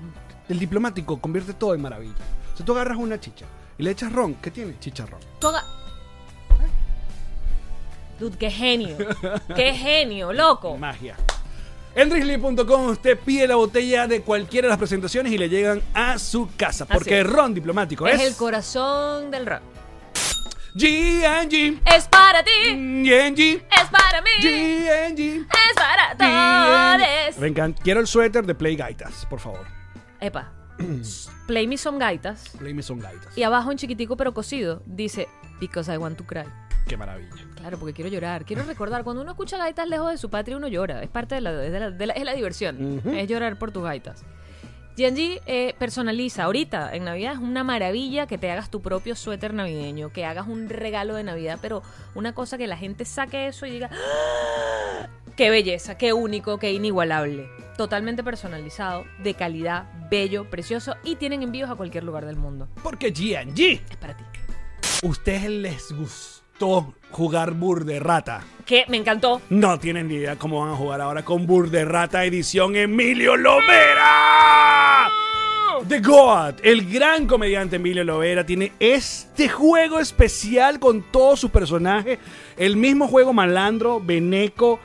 el diplomático convierte todo en maravilla. O sea, tú agarras una chicha y le echas ron. ¿Qué tiene? Chicharrón.
Tú haga- Dude, qué genio. Qué genio, loco.
Magia. En drizzly.com usted pide la botella de cualquiera de las presentaciones y le llegan a su casa. Porque
es.
Ron Diplomático
Es
es...
el corazón del ron.
G&G.
Es para
Mm.
ti,
G&G.
es para mí,
G&G.
es para todos.
Me encanta. Quiero el suéter de Play Gaitas, por favor.
Epa, play me some gaitas.
Play me son gaitas.
Y abajo en chiquitico pero cocido dice, because I want to cry.
Qué maravilla.
Claro, porque quiero llorar. Quiero recordar, cuando uno escucha gaitas lejos de su patria, uno llora. Es parte de la, es de la, de la- es la diversión. Es llorar por tus gaitas. G&G eh, personaliza. Ahorita, en Navidad, es una maravilla que te hagas tu propio suéter navideño, que hagas un regalo de Navidad, pero una cosa que la gente saque eso y diga, "¡Ah! qué belleza, qué único, qué inigualable. Totalmente personalizado, de calidad, bello, precioso y tienen envíos a cualquier lugar del mundo.
Porque G&G.
Es para ti.
¿Ustedes les gustó jugar Burderrata?
Que me encantó.
No tienen ni idea cómo van a jugar ahora con Burderrata edición Emilio Lovera. The God, el gran comediante Emilio Lovera, tiene este juego especial con todos sus personajes. El mismo juego malandro, beneco,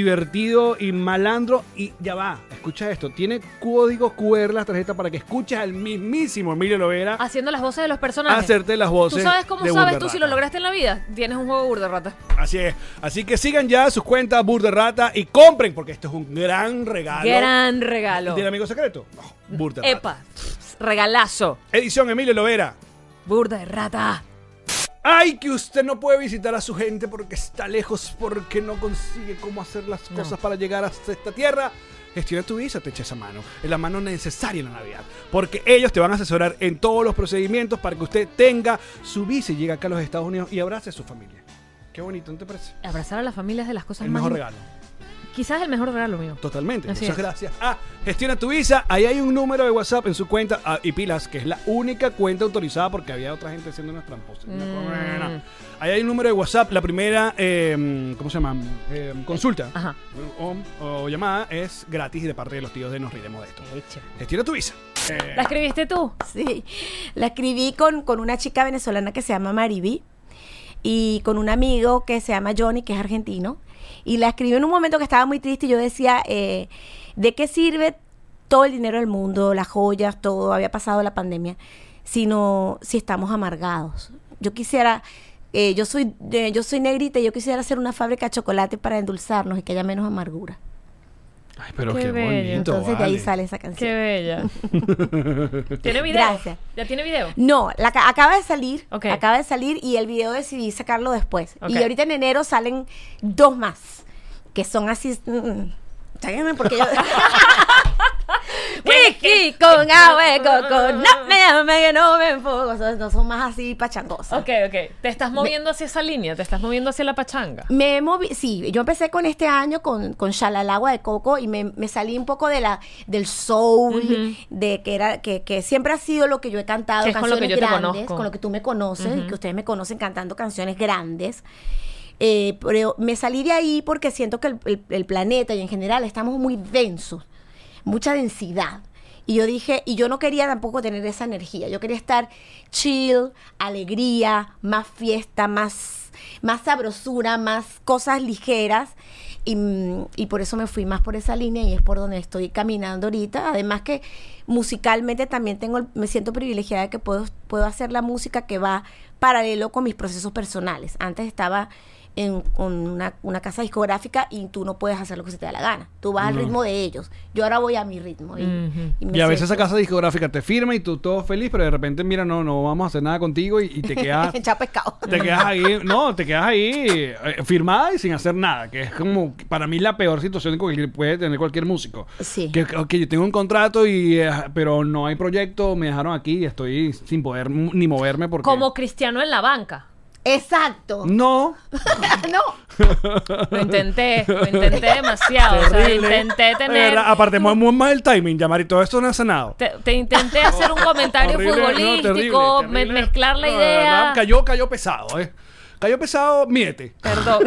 divertido y malandro. Y ya va, escucha esto. Tiene código QR las tarjetas para que escuches al mismísimo Emilio Lovera
Haciendo las voces de los personajes.
hacerte las voces.
¿Tú sabes cómo
de
sabes
Burda
tú si
Rata.
lo lograste en la vida? Tienes un juego burda rata.
Así es. Así que sigan ya sus cuentas Burda Rata y compren, porque esto es un gran regalo.
Gran regalo.
¿Del amigo secreto? No, Burda Rata.
Epa, pff, regalazo.
Edición Emilio Lovera.
Burda de rata.
Ay, que usted no puede visitar a su gente porque está lejos, porque no consigue cómo hacer las cosas para llegar hasta esta tierra. Gestiona tu visa, te echa esa mano. Es la mano necesaria en la Navidad. Porque ellos te van a asesorar en todos los procedimientos para que usted tenga su visa y llegue acá a los Estados Unidos y abrace a su familia. Qué bonito, ¿no te parece?
Abrazar a las familias es de las cosas
El
más.
mejor regalo.
Quizás el mejor regalo mío.
Totalmente.
Así
Muchas
es.
gracias. Ah, gestiona tu visa. Ahí hay un número de WhatsApp en su cuenta ah, y pilas, que es la única cuenta autorizada porque había otra gente haciendo unas tramposas. Una
Mm.
corona. Ahí hay un número de WhatsApp. La primera, eh, ¿cómo se llama? Eh, consulta
Ajá.
o, o llamada es gratis y de parte de los tíos de Nos Riremos de Esto.
Echa.
Gestiona tu visa. Eh,
¿La escribiste tú?
Sí, la escribí con, con una chica venezolana que se llama Maribí y con un amigo que se llama Johnny, que es argentino. Y la escribí en un momento que estaba muy triste y yo decía, eh, ¿de qué sirve todo el dinero del mundo, las joyas, todo? Había pasado la pandemia, sino si estamos amargados. Yo quisiera... eh, yo soy de- yo soy negrita y yo quisiera hacer una fábrica de chocolate para endulzarnos y que haya menos amargura.
Ay, pero
Qué
qué,
bello.
bonito.
Entonces de ahí
vale.
sale esa canción.
Qué bella. ¿Tiene video?
Gracias.
¿Ya tiene video?
No, la ca- acaba de salir.
Ok.
Acaba de salir y el video decidí sacarlo después.
Ok.
Y ahorita en enero salen dos más, que son así... mm, mm. Sáquenme porque yo... Whisky con agua de coco, no me llame que no me enfogo. O sea, No son más así pachangosas.
Ok, ok. Te estás moviendo hacia esa línea, te estás moviendo hacia la pachanga.
Me moví, sí, yo empecé con este año con, con Shalala Agua de Coco y me, me salí un poco de la, del soul, de que era, que, que siempre ha sido lo que yo he cantado,
Que es con lo
canciones
que yo te
grandes,
conozco.
con lo que tú me conoces y que ustedes me conocen cantando canciones grandes. Eh, pero me salí de ahí porque siento que el, el- el planeta y en general estamos muy densos, mucha densidad. Y yo dije, y yo no quería tampoco tener esa energía. Yo quería estar chill, alegría, más fiesta, más, más sabrosura, más cosas ligeras. Y, mm, y por eso me fui más por esa línea y es por donde estoy caminando ahorita. Además que musicalmente también tengo, el- me siento privilegiada de que puedo, puedo hacer la música que va paralelo con mis procesos personales. Antes estaba en con una, una casa discográfica y tú no puedes hacer lo que se te da la gana. Tú vas al ritmo de ellos. Yo ahora voy a mi ritmo. Y, y me
Y a veces esa
siento-
casa discográfica te firma y tú todo feliz, pero de repente, mira, no, no vamos a hacer nada contigo y, y te quedas.
Echar pescado.
Te quedas ahí, no, te quedas ahí eh, firmada y sin hacer nada, que es como para mí la peor situación que puede tener cualquier músico.
Sí.
Que, ok, yo tengo un contrato y eh, pero no hay proyecto, me dejaron aquí y estoy sin poder mu- ni moverme porque
Como cristiano en la banca.
Exacto.
no,
no.
Lo intenté, lo intenté demasiado. o sea,
Terrible.
intenté
De
tener.
verdad, aparte muy, muy mal el timing, llamar y todo esto no ha sanado.
Te, te intenté hacer un comentario
Horrible, no,
futbolístico,
terrible,
me-
terrible.
mezclar la
No, de verdad,
idea.
cayó, cayó pesado, eh. Cayó pesado, mídete.
Perdón.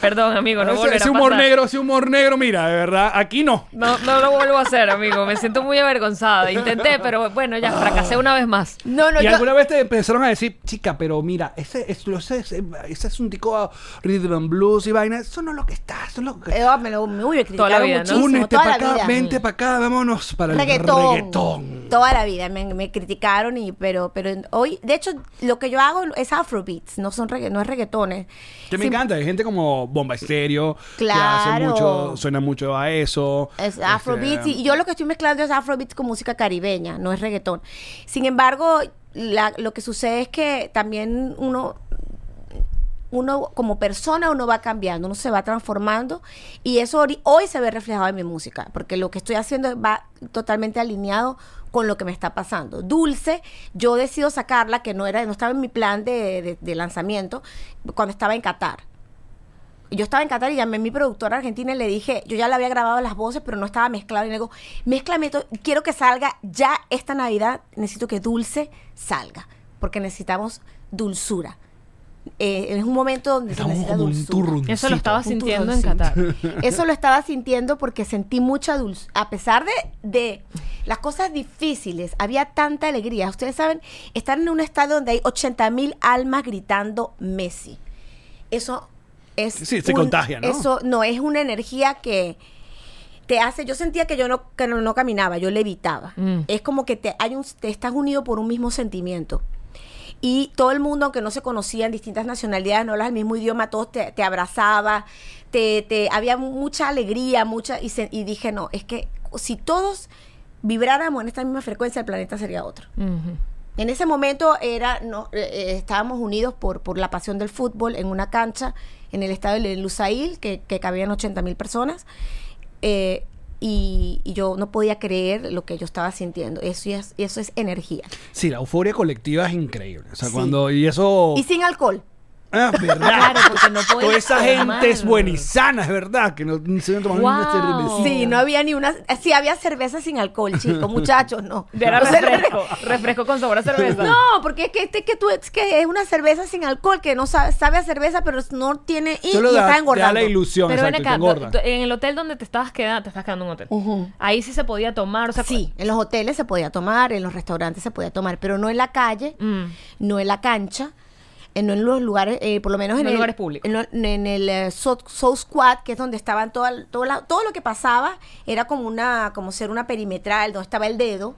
Perdón, amigo, no
ese,
volverá
ese
a
humor
pasar.
negro, ese humor negro, mira, de verdad, aquí no.
No, no lo vuelvo a hacer, amigo. Me siento muy avergonzada. Intenté, pero bueno, ya fracasé una vez más.
No, no,
y
yo-
alguna vez te empezaron a decir, chica, pero mira, ese es, lo sé, ese, ese es un tico rhythm and blues y vaina, eso no es lo que está, eso es lo que...
Eh, oh, me lo me hubiera
Toda la
criticado
vida, ¿no?
muchísimo.
Únete
toda
para
la
acá,
vida.
vente para acá, vámonos para
reggaetón.
el reggaetón.
Toda la vida me, me criticaron y pero pero hoy de hecho lo que yo hago es afrobeats, no son regga- no es reggaetones.
Que me
Sim-
encanta, hay gente como Bomba Estéreo, que hace
Claro.
mucho, suena mucho a eso.
Es
Este,
afrobeats y- y yo lo que estoy mezclando es afrobeats con música caribeña, no es reggaetón. Sin embargo, la- lo que sucede es que también uno uno como persona uno va cambiando, uno se va transformando y eso hori- hoy se ve reflejado en mi música, porque lo que estoy haciendo va totalmente alineado con lo que me está pasando. Dulce, yo decido sacarla que no era no estaba en mi plan de, de- de lanzamiento cuando estaba en Qatar. Yo estaba en Qatar y llamé a mi productora argentina y le dije, yo ya le había grabado las voces, pero no estaba mezclado. Y le digo, mezclame, quiero que salga ya esta Navidad, necesito que Dulce salga, porque necesitamos dulzura eh, es un momento donde se
Estamos
necesita
como un
dulzura.
turrón.
Eso lo estaba
Un
sintiendo en Qatar.
Eso lo estaba sintiendo porque sentí mucha dulzura. A pesar de, de las cosas difíciles, había tanta alegría. Ustedes saben, estar en un estadio donde hay 80 mil almas gritando Messi. Eso es.
Sí, se contagia, ¿no?
Eso no es una energía que te hace. Yo sentía que yo no, que no, no caminaba, yo levitaba.
Mm.
Es como que te, hay un, te estás unido por un mismo sentimiento y todo el mundo, aunque no se conocían distintas nacionalidades, no hablas el mismo idioma, todos te, te abrazaba, te, te- había mucha alegría, mucha, y, se- y dije, no, es que si todos vibráramos en esta misma frecuencia, el planeta sería otro.
Ujú.
En ese momento era, no, eh, eh, estábamos unidos por, por la pasión del fútbol en una cancha en el estadio de Lusail, que, que cabían 80 mil personas. eh, y, y yo no podía creer lo que yo estaba sintiendo. Eso, es, eso es energía.
Sí, la euforia colectiva es increíble. O sea,
Sí.
cuando. Y eso.
Y sin alcohol.
Ah, verdad.
Claro, porque no podía
Toda esa
tomar.
gente es buena y sana, es verdad. Que no este se han tomado una
Wow.
cervecita.
Sí, no había ni una. Sí, había cerveza sin alcohol, chicos, muchachos, no.
Y ahora
No se-
refresco. refresco con sabor a cerveza.
No, porque es que, este, que tú es que es una cerveza sin alcohol que no sabe, sabe a cerveza, pero no tiene. Y,
Solo
y
da,
está
te da
engordando.
la ilusión,
Pero ven
exacto, y te
acá,
engorda.
tú- tú- en el hotel donde te estabas quedando, te estás quedando en un hotel.
Ujú.
Ahí sí se podía tomar, o sea,
Sí, en los hoteles se podía tomar, en los restaurantes se podía tomar, pero no en la calle,
Mm.
no en la cancha, eh, no en los lugares, eh, por lo menos
No
en
en
el-
lugares públicos.
En, lo- en el eh, so- South Squad, que es donde estaban toda, toda la- todo lo que pasaba, era como una, como ser una perimetral, donde estaba el dedo,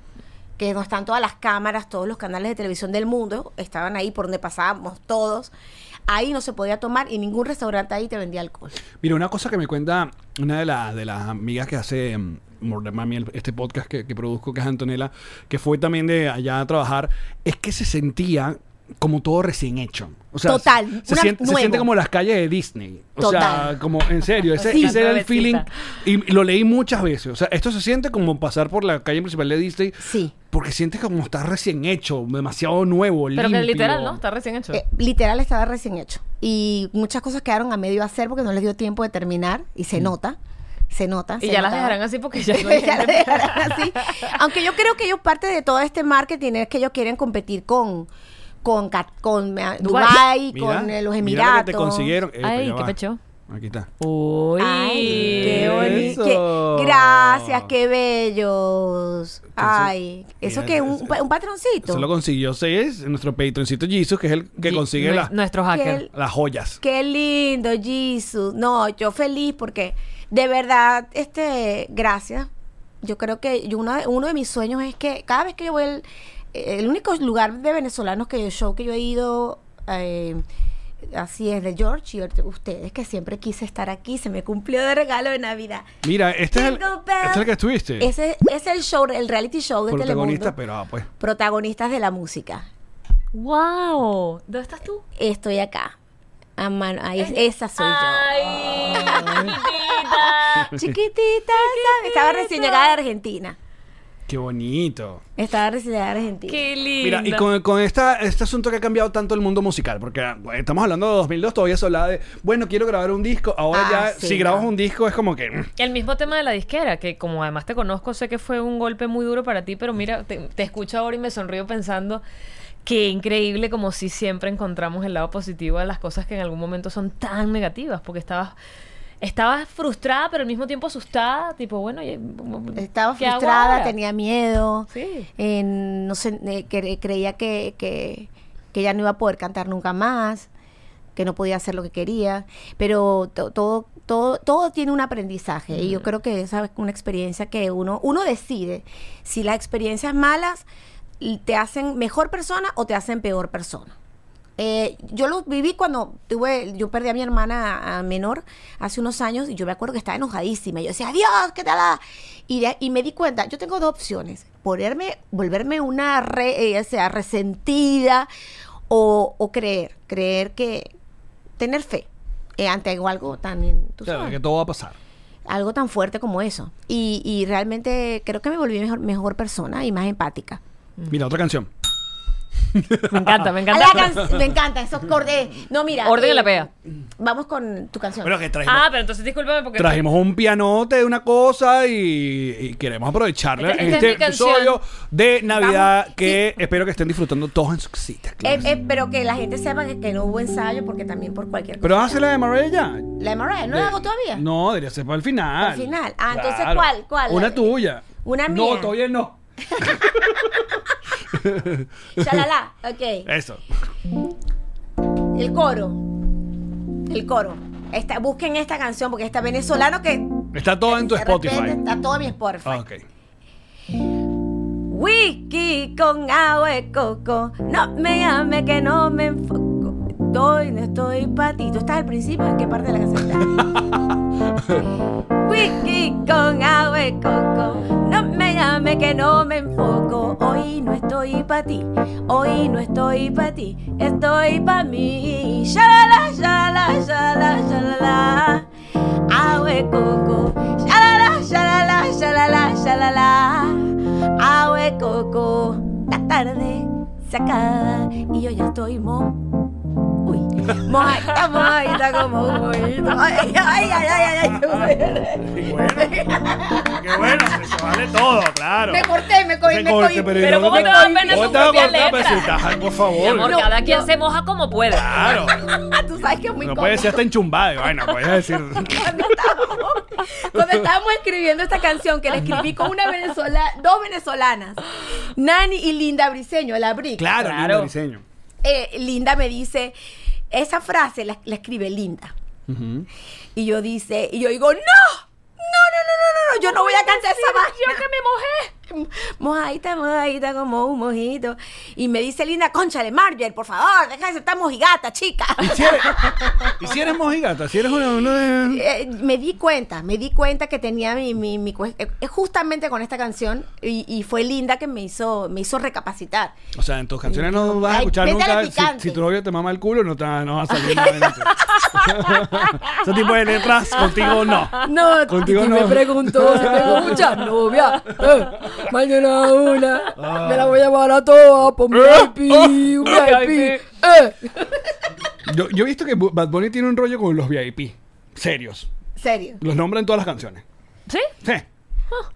que es donde están todas las cámaras, todos los canales de televisión del mundo, estaban ahí por donde pasábamos todos. Ahí no se podía tomar y ningún restaurante ahí te vendía alcohol.
Mira, una cosa que me cuenta una de, la- de las amigas que hace mm, Murder Mami, el- este podcast que, que produzco, que es Antonella, que fue también de allá a trabajar, es que se sentía como todo recién hecho. O sea,
Total,
Se,
una-
siente, se
nuevo.
siente como las calles de Disney. O sea,
Total.
como en serio, ese,
Sí.
ese era el feeling.
Nuevecita.
Y lo leí muchas veces. O sea, esto se siente como pasar por la calle principal de Disney.
Sí.
Porque sientes como está recién hecho, demasiado nuevo,
Pero que
limpio.
literal, ¿no? Está recién hecho.
Eh, literal estaba recién hecho. Y muchas cosas quedaron a medio hacer porque no les dio tiempo de terminar. Y se nota. Se nota.
Mm.
se
y ya las
notaba.
dejarán así porque ya no hay
Ya las
gente.
dejarán así. Aunque yo creo que ellos parte de todo este marketing es que ellos quieren competir con con, Cat- con eh, Dubái,
Dubái.
con eh, los
mira lo que te
Emiratos.
consiguieron. Eh,
Ay,
ya
qué
va.
pecho.
Aquí está.
Uy.
Ay, qué bonito.
Eso.
Qué- Gracias, qué bellos. Ay, eso
mira,
que un,
eso-
un pa- un patroncito.
Se lo consiguió Seis, nuestro patroncito Jesus, que es el que
Y-
consigue
nue-
la-
Nuestro hacker.
el-
las joyas.
Qué lindo, Jesus. No, yo feliz porque de verdad, este, gracias. Yo creo que yo- una de- uno de mis sueños es que cada vez que yo voy al, eh, el único lugar de venezolanos que yo show que yo he ido eh, así es de George y ustedes que siempre quise estar aquí, se me cumplió de regalo de Navidad.
Mira, este es, el,
Jingle
este
bell.
es el que estuviste.
Ese es el show, el reality show de
protagonista,
Telemundo.
pero ah, pues.
Protagonistas de la música.
¡Wow! ¿Dónde estás tú?
Estoy acá. A mano- ahí, esa soy yo.
¡Ay! chiquitita.
Chiquitita, ¿sabes? Estaba recién llegada de Argentina.
Qué bonito.
Estaba recién llegada de Argentina.
¡Qué linda!
Mira, y con, con esta, este asunto que ha cambiado tanto el mundo musical, porque ah, estamos hablando de 2002, todavía se hablaba de, bueno, quiero grabar un disco, ahora
Ah,
ya,
sí,
si grabas
no.
un disco es como que... mm,
El mismo tema de la disquera, que como además te conozco, sé que fue un golpe muy duro para ti, pero mira, te, te escucho ahora y me sonrío pensando que increíble como si siempre encontramos el lado positivo de las cosas que en algún momento son tan negativas, porque estabas estabas frustrada, pero al mismo tiempo asustada, tipo, bueno, y-
Estaba
¿qué hago
frustrada,
ahora?
tenía miedo.
Sí.
eh, no sé, eh, cre- creía que, que, que ya no iba a poder cantar nunca más, que no podía hacer lo que quería. Pero to- todo, todo, todo tiene un aprendizaje. Y yo creo que esa es una experiencia que uno, uno decide si las experiencias malas l- te hacen mejor persona o te hacen peor persona. Eh, yo lo viví cuando tuve, yo perdí a mi hermana a- a menor hace unos años y yo me acuerdo que estaba enojadísima. Yo decía, adiós, ¿qué tal? ah?". Y, de- y me di cuenta, yo tengo dos opciones, ponerme, volverme una re- eh, o sea, resentida o, o creer, creer que, tener fe eh, ante algo tan, tú
claro,
sabes,
que todo va a pasar.
algo tan fuerte como eso. Y, y realmente creo que me volví mejor, mejor persona y más empática.
Mira, otra canción.
Me encanta, me
A
encanta.
la can- me encanta esos cordes. No, mira.
Orden y
eh,
la pega.
Vamos con tu canción.
Bueno, que trajimos,
Ah, pero entonces discúlpame
pues
porque.
trajimos un pianote de una cosa y, y queremos aprovecharla
Esta-
en
esta
este
es mi
episodio de Navidad
Vamos,
que espero que estén disfrutando todos en su cita.
Eh,
claro.
eh, pero que la gente sepa que, que no hubo ensayo porque también por cualquier cosa.
pero hace la de Mariah ya.
la de Mariah, ¿no la hago todavía?
No, debería ser para el final.
Al final. Ah, entonces, ¿cuál? ¿Cuál?
Una
La-
tuya.
Una
No,
mía.
todavía no.
Shalala, ok.
Eso.
El coro. El coro. Esta, busquen esta canción porque está venezolano que.
Está todo en tu
de repente
Spotify.
Está todo en mi Spotify.
Ah, ok.
Whisky con agua de coco. No me llame que no me enfoco. Estoy, no estoy para ti. ¿Tú estás al principio? ¿En qué parte de la canción estás? Whisky con agua de coco. No me llame que no me enfoco. Hoy no estoy para ti. Hoy no estoy para ti. Estoy para mí. Shalala, shalala, shalala, shalala. Agua de coco. Shalala, shalala, shalala, shalala. Agua de coco, la tarde se acaba y yo ya estoy mo. Uy, mojadita, mojadita como un mojito. Ay, ay, ay, ay, ay, ay.
Qué bueno, se vale todo, claro.
Me corté, me cogí,
Te
me
corte,
cogí.
pero
Pero
no
¿cómo
te-
te va a pena
¿Cómo
su
te va a
propia
cortar? Pero
letra?
si estás- por
Mi amor,
favor.
cada quien se moja como puede.
Claro.
Ah, Tú sabes que es muy
No
cómodo.
puede ser hasta enchumbada. Bueno, puedes decir.
cuando estábamos, cuando estábamos escribiendo esta canción que la escribí con una venezolana, dos venezolanas, Nani y Linda Briseño, la Brick.
Claro,
Claro.
lindo diseño.
eh, Linda me dice, esa frase la, la escribe Linda. Y yo dice, y yo digo, no, no, no, no, no, no, yo no voy a cantar esa vaina. Yo que me mojé. Mojadita, mojadita, como un mojito. Y me dice Linda, conchale, Marger, por favor, deja de ser tan mojigata, chica.
Y si eres, y si eres mojigata, si eres una. una de-
Eh, me di cuenta, me di cuenta que tenía mi, mi, mi cues- eh, justamente con esta canción y, y fue Linda que me hizo, me hizo recapacitar.
O sea, en tus canciones no vas a
Ay,
escuchar
vete a la
nunca. Si,
picante.
si tu novio te mama el culo, no, te, no vas a salir nada de eso. Ese tipo de letras contigo no.
No,
Contigo
y
no.
me preguntó si tengo muchas novias. Eh, mañana una.
Ah.
Me la voy a llevar a todas por mi IP. Un VIP. Eh.
Yo, yo he visto que Bu- Bad Bunny tiene un rollo con los VIP. Serios.
Serio.
Los nombra en todas las canciones.
¿Sí?
Sí.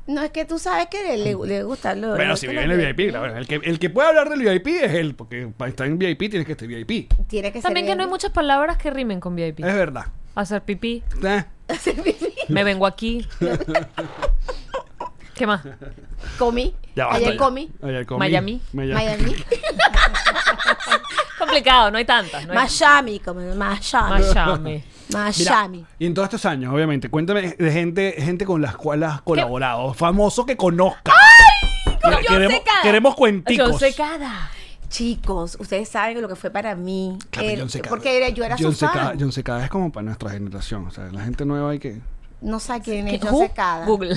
No, es que tú sabes que le, le gusta lo.
Bueno,
lo-
si
que
vive
lo-
en el VIP, claro. El que, el que puede hablar del VIP es él, porque para estar en VIP tienes que estar VIP.
Tiene que
También
ser
que no hay muchas palabras que rimen con VIP.
Es verdad.
Hacer pipí,
Eh,
me vengo aquí. ¿Qué más?
Comí.
ya basta,
Ayer
ya.
comí.
Ayer comí.
Miami.
Miami.
Miami.
Complicado, no hay tantas. No hay...
Miami. comí, Miami.
Miami.
Mira,
Miami.
Y en todos estos años, obviamente, cuéntame eh, de gente, gente con las cuales has colaborado, famoso que conozca.
Ah, con John
queremos,
Secada.
queremos cuenticos.
Yo secada.
Chicos, ustedes saben lo que fue para mí.
Claro,
El-
John Secada.
porque era- yo era
John
su fan.
Secada- John Secada es como para nuestra generación. O sea, la gente nueva hay que.
No sé quién
¿Qué?
es John
Who?
Secada.
Google.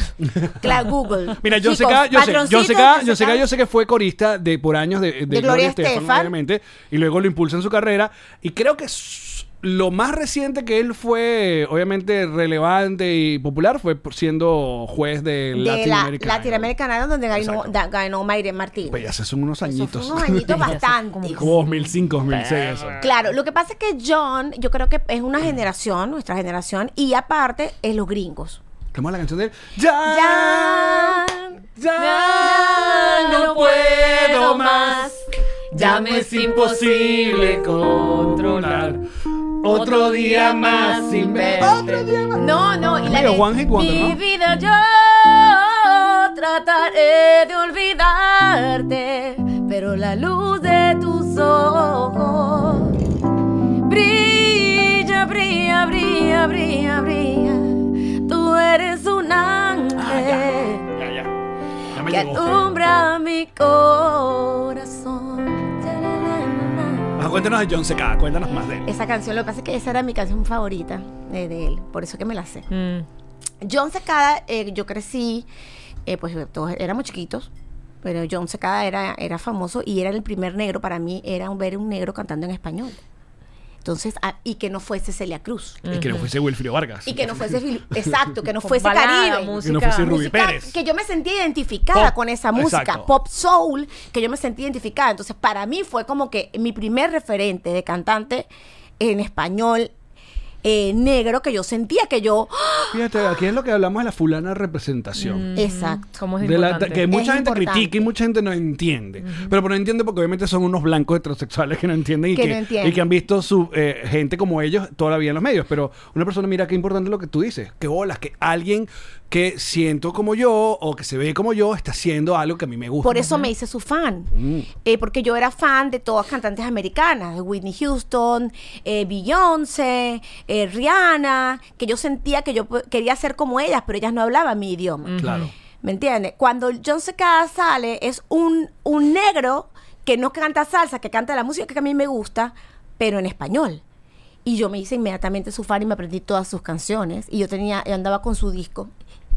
Claro, Google.
Mira, John
Chicos,
Secada, yo sé, John
patroncitos,
Secada,
John
John Secada,
Secada.
yo sé que fue corista de por años de, de Gloria, Estefan,
Estefan.
obviamente, y luego lo impulsa en su carrera. Y creo que s- lo más reciente que él fue, obviamente, relevante y popular fue por- siendo juez de,
de la
Latinoamérica.
Latinoamericana donde ganó,
Exacto.
da- ganó Mayre Martínez.
Pues ya se son unos
Eso fue
añitos.
unos añitos bastantes.
Como 2005, 2006, eso.
Claro, lo que pasa es que John, yo creo que es una generación, nuestra generación, y aparte es los gringos.
¿Cómo es la canción de él? Ya,
Jan,
ya no puedo más. Ya me es imposible controlar. Otro día más sin ver. Otro día más.
No, no, y la
Amigo,
de
One Hit Wonder,
Mi
¿no?
vida yo trataré de olvidarte, pero la luz de tus ojos brilla, brilla, brilla, brilla, brilla. Tú eres un ángel
Ya, ya. Ah, Ya me
que
llegó.
alumbra mi corazón. Tararana.
Ajá, cuéntanos de John Secada, cuéntanos más de él.
Esa canción, lo que pasa es que esa era mi canción favorita eh, de él, por eso que me la sé.
Mm.
John Secada, eh, yo crecí, eh, pues todos éramos chiquitos, pero John Secada era, era famoso y era el primer negro, para mí era un, ver un negro cantando en español. Entonces, ah, y que no fuese Celia Cruz.
Y que no fuese Wilfrido Vargas.
Y que no fuese, Fil- exacto, que no fuese
balada,
Caribe.
música.
Que no fuese Ruby
Música
Pérez.
Que yo me sentía identificada
Pop.
con esa música,
Exacto.
pop soul, que yo me sentía identificada. Entonces, para mí fue como que mi primer referente de cantante en español eh, negro que yo sentía que yo. ¡ah!
Fíjate, aquí es lo que hablamos de la fulana
Mm.
representación.
Exacto.
¿Cómo es
De la-
importante?
que mucha gente
importante.
critica y mucha gente no entiende. Pero no entiende porque obviamente son unos blancos heterosexuales que no entienden y que,
Que no entienden.
y que han visto su eh, gente como ellos todavía en los medios. Pero una persona, mira qué importante lo que tú dices. Que bolas, que alguien que siento como yo o que se ve como yo está haciendo algo que a mí me gusta. Mm,
Por eso me hice su fan. Eh, porque yo era fan de todas cantantes americanas. de Whitney Houston, eh, Beyoncé, eh, Rihanna. Que yo sentía que yo po- quería ser como ellas, pero ellas no hablaban mi idioma.
Claro.
¿Me entiendes? Cuando John Secada sale, es un, un negro que no canta salsa, que canta la música que a mí me gusta, pero en español. Y yo me hice inmediatamente su fan y me aprendí todas sus canciones. Y yo tenía, yo andaba con su disco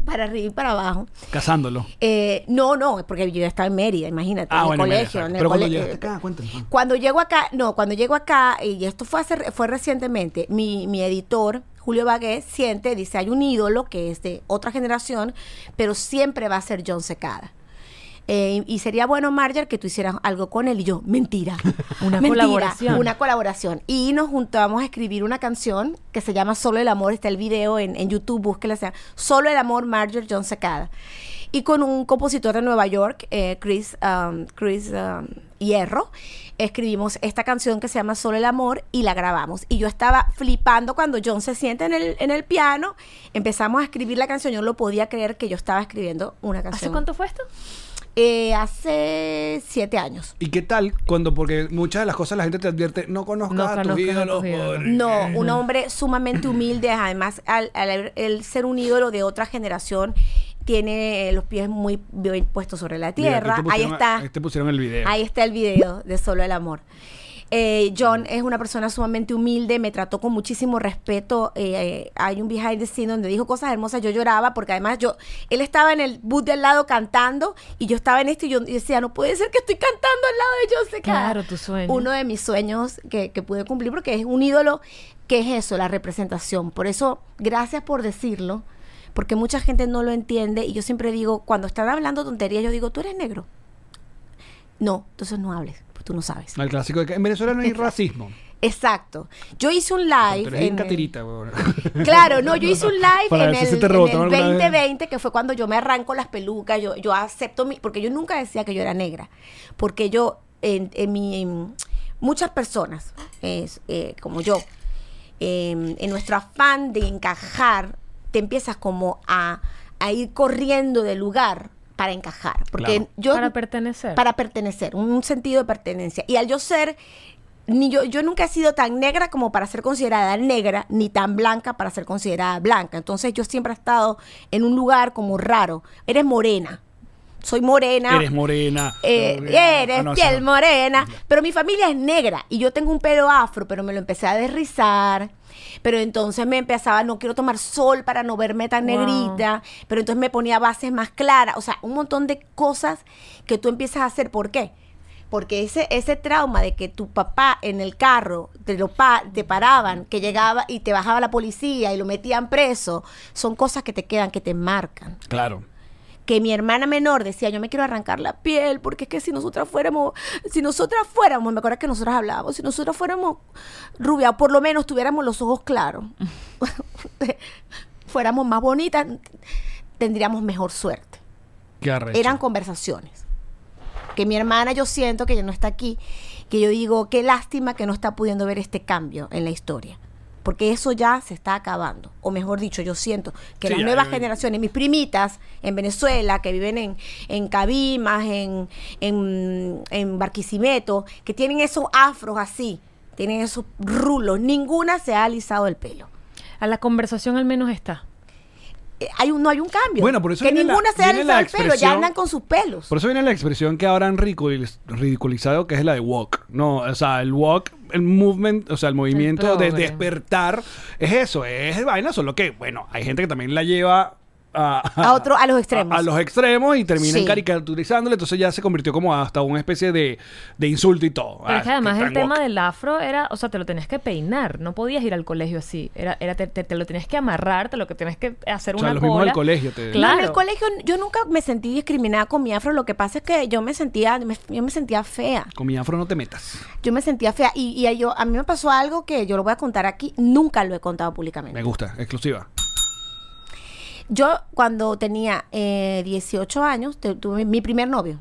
para arriba y para abajo.
Casándolo.
Eh, no, no, porque yo ya estaba en Mérida, imagínate, en
Ah,
el
bueno, en Mérida,
colegio.
exacto.
en el
Pero cuando
cole-
llegaste
eh,
acá, cuéntame.
Cuando llego acá, no, cuando llego acá, y esto fue hace, fue recientemente, mi, mi editor, Julio Bagué, siente, dice, hay un ídolo que es de otra generación, pero siempre va a ser John Secada. Eh, y y sería bueno, Marger, que tú hicieras algo con él. Y yo, mentira.
Una
mentira,
colaboración.
Una colaboración. Y nos juntamos a escribir una canción que se llama Solo el amor. Está el video en, en YouTube, búsquela. Sea, Solo el amor, Marger John Secada. Y con un compositor de Nueva York, eh, Chris, um, Chris um, Hierro, escribimos esta canción que se llama Solo el amor y la grabamos. Y yo estaba flipando cuando John se sienta en el, en el piano. Empezamos a escribir la canción. Yo no podía creer que yo estaba escribiendo una canción.
¿Hace cuánto fue esto?
Eh, hace siete años.
¿Y qué tal cuando, porque muchas de las cosas la gente te advierte, no conozcas
No
a tus
conozcas a
ídolos?
tus ídolos.
porque-
No, un hombre sumamente humilde, además al, al haber- el ser un ídolo de otra generación, tiene eh, los pies muy bien puestos sobre la
Mira,
tierra.
aquí te
ahí
pusieron-
está.
Ahí te pusieron el video.
Ahí está el video de Solo el Amor. Eh, John es una persona sumamente humilde, me trató con muchísimo respeto. eh, hay un behind the scene donde dijo cosas hermosas. Yo lloraba porque además yo, él estaba en el bus de al lado cantando y yo estaba en esto y yo decía, no puede ser que estoy cantando al lado de John Secada.
Claro, tu sueño.
Uno de mis sueños que, que pude cumplir porque es un ídolo que es eso, la representación. Por eso, gracias por decirlo, porque mucha gente no lo entiende y yo siempre digo, cuando están hablando tonterías, yo digo, tú eres negro. No, entonces no hables, pues tú no sabes.
Al clásico de que en Venezuela no hay racismo.
Exacto. Yo hice un
Pero
live.
eres bien
en el-
catirita, weón.
Claro, no, yo hice un live
Para
en
ver
el,
si se te
en el
rebotaron alguna vez.
2020, que fue cuando yo me arranco las pelucas, yo, yo acepto mi, porque yo nunca decía que yo era negra, porque yo, en, en mi, en muchas personas, es, eh, como yo, eh, en nuestro afán de encajar, te empiezas como a, a ir corriendo de lugar para encajar, porque
Claro.
yo
Para pertenecer.
para pertenecer, un sentido de pertenencia. Y al yo ser, ni yo, yo nunca he sido tan negra como para ser considerada negra, ni tan blanca para ser considerada blanca. Entonces yo siempre he estado en un lugar como raro. Eres morena. Soy morena.
Eres morena.
Eh, eres
Ah, no, esa
piel
no.
morena. Pero mi familia es negra y yo tengo un pelo afro, pero me lo empecé a desrizar. Pero entonces me empezaba, no quiero tomar sol para no verme tan
Wow.
negrita. Pero entonces me ponía bases más claras. O sea, un montón de cosas que tú empiezas a hacer. ¿Por qué? Porque ese, ese trauma de que tu papá en el carro te, lo pa- te paraban, que llegaba y te bajaba la policía y lo metían preso, son cosas que te quedan, que te marcan
Claro.
que mi hermana menor decía, yo me quiero arrancar la piel, porque es que si nosotras fuéramos, si nosotras fuéramos, me acuerdo que nosotras hablábamos, si nosotras fuéramos rubia, o por lo menos tuviéramos los ojos claros, fuéramos más bonitas, tendríamos mejor suerte.
Qué arrecho.
Eran conversaciones. Que mi hermana yo siento que ya no está aquí, que yo digo, qué lástima que no está pudiendo ver este cambio en la historia. Porque eso ya se está acabando. O mejor dicho, yo siento que
Sí,
las
ya, eh.
nuevas
ya.
generaciones, mis primitas en Venezuela, que viven en, en Cabimas, en, en, en Barquisimeto, que tienen esos afros así, tienen esos rulos, ninguna se ha alisado el pelo.
A la conversación al menos está.
Eh, Hay un, no hay un cambio.
Bueno, por eso
que
viene la-
ninguna se ha
viene la
alisado el pelo, ya
expresión-
andan con sus pelos.
Por eso viene la expresión que ahora han ridiculiz- ridiculizado, que es la de walk. No, o sea, el walk, el movement, o sea, el movimiento de
progre.
despertar, es eso, es vaina, solo que, bueno, hay gente que también la lleva a,
A otro- a los extremos.
A, a los extremos y terminan
Sí.
caricaturizándole. Entonces ya se convirtió como hasta una especie de, de insulto y todo.
Pero
Ah,
es que además
tan
el tema
woke.
del afro era, o sea, te lo tenías que peinar, no podías ir al colegio así, era, era te, te- te lo tenías que amarrar, te lo que tenías que hacer
O sea,
una
los mismos
cola.
del colegio te-
No,
Claro.
en el colegio yo nunca me sentí discriminada con mi afro. Lo que pasa es que yo me sentía, me- yo me sentía fea.
Con mi afro no te metas.
Yo me sentía fea. Y, y a, yo, a mí me pasó algo que yo lo voy a contar aquí. Nunca lo he contado públicamente.
Me gusta, exclusiva.
Yo cuando tenía eh, 18 años, te- tuve mi primer novio.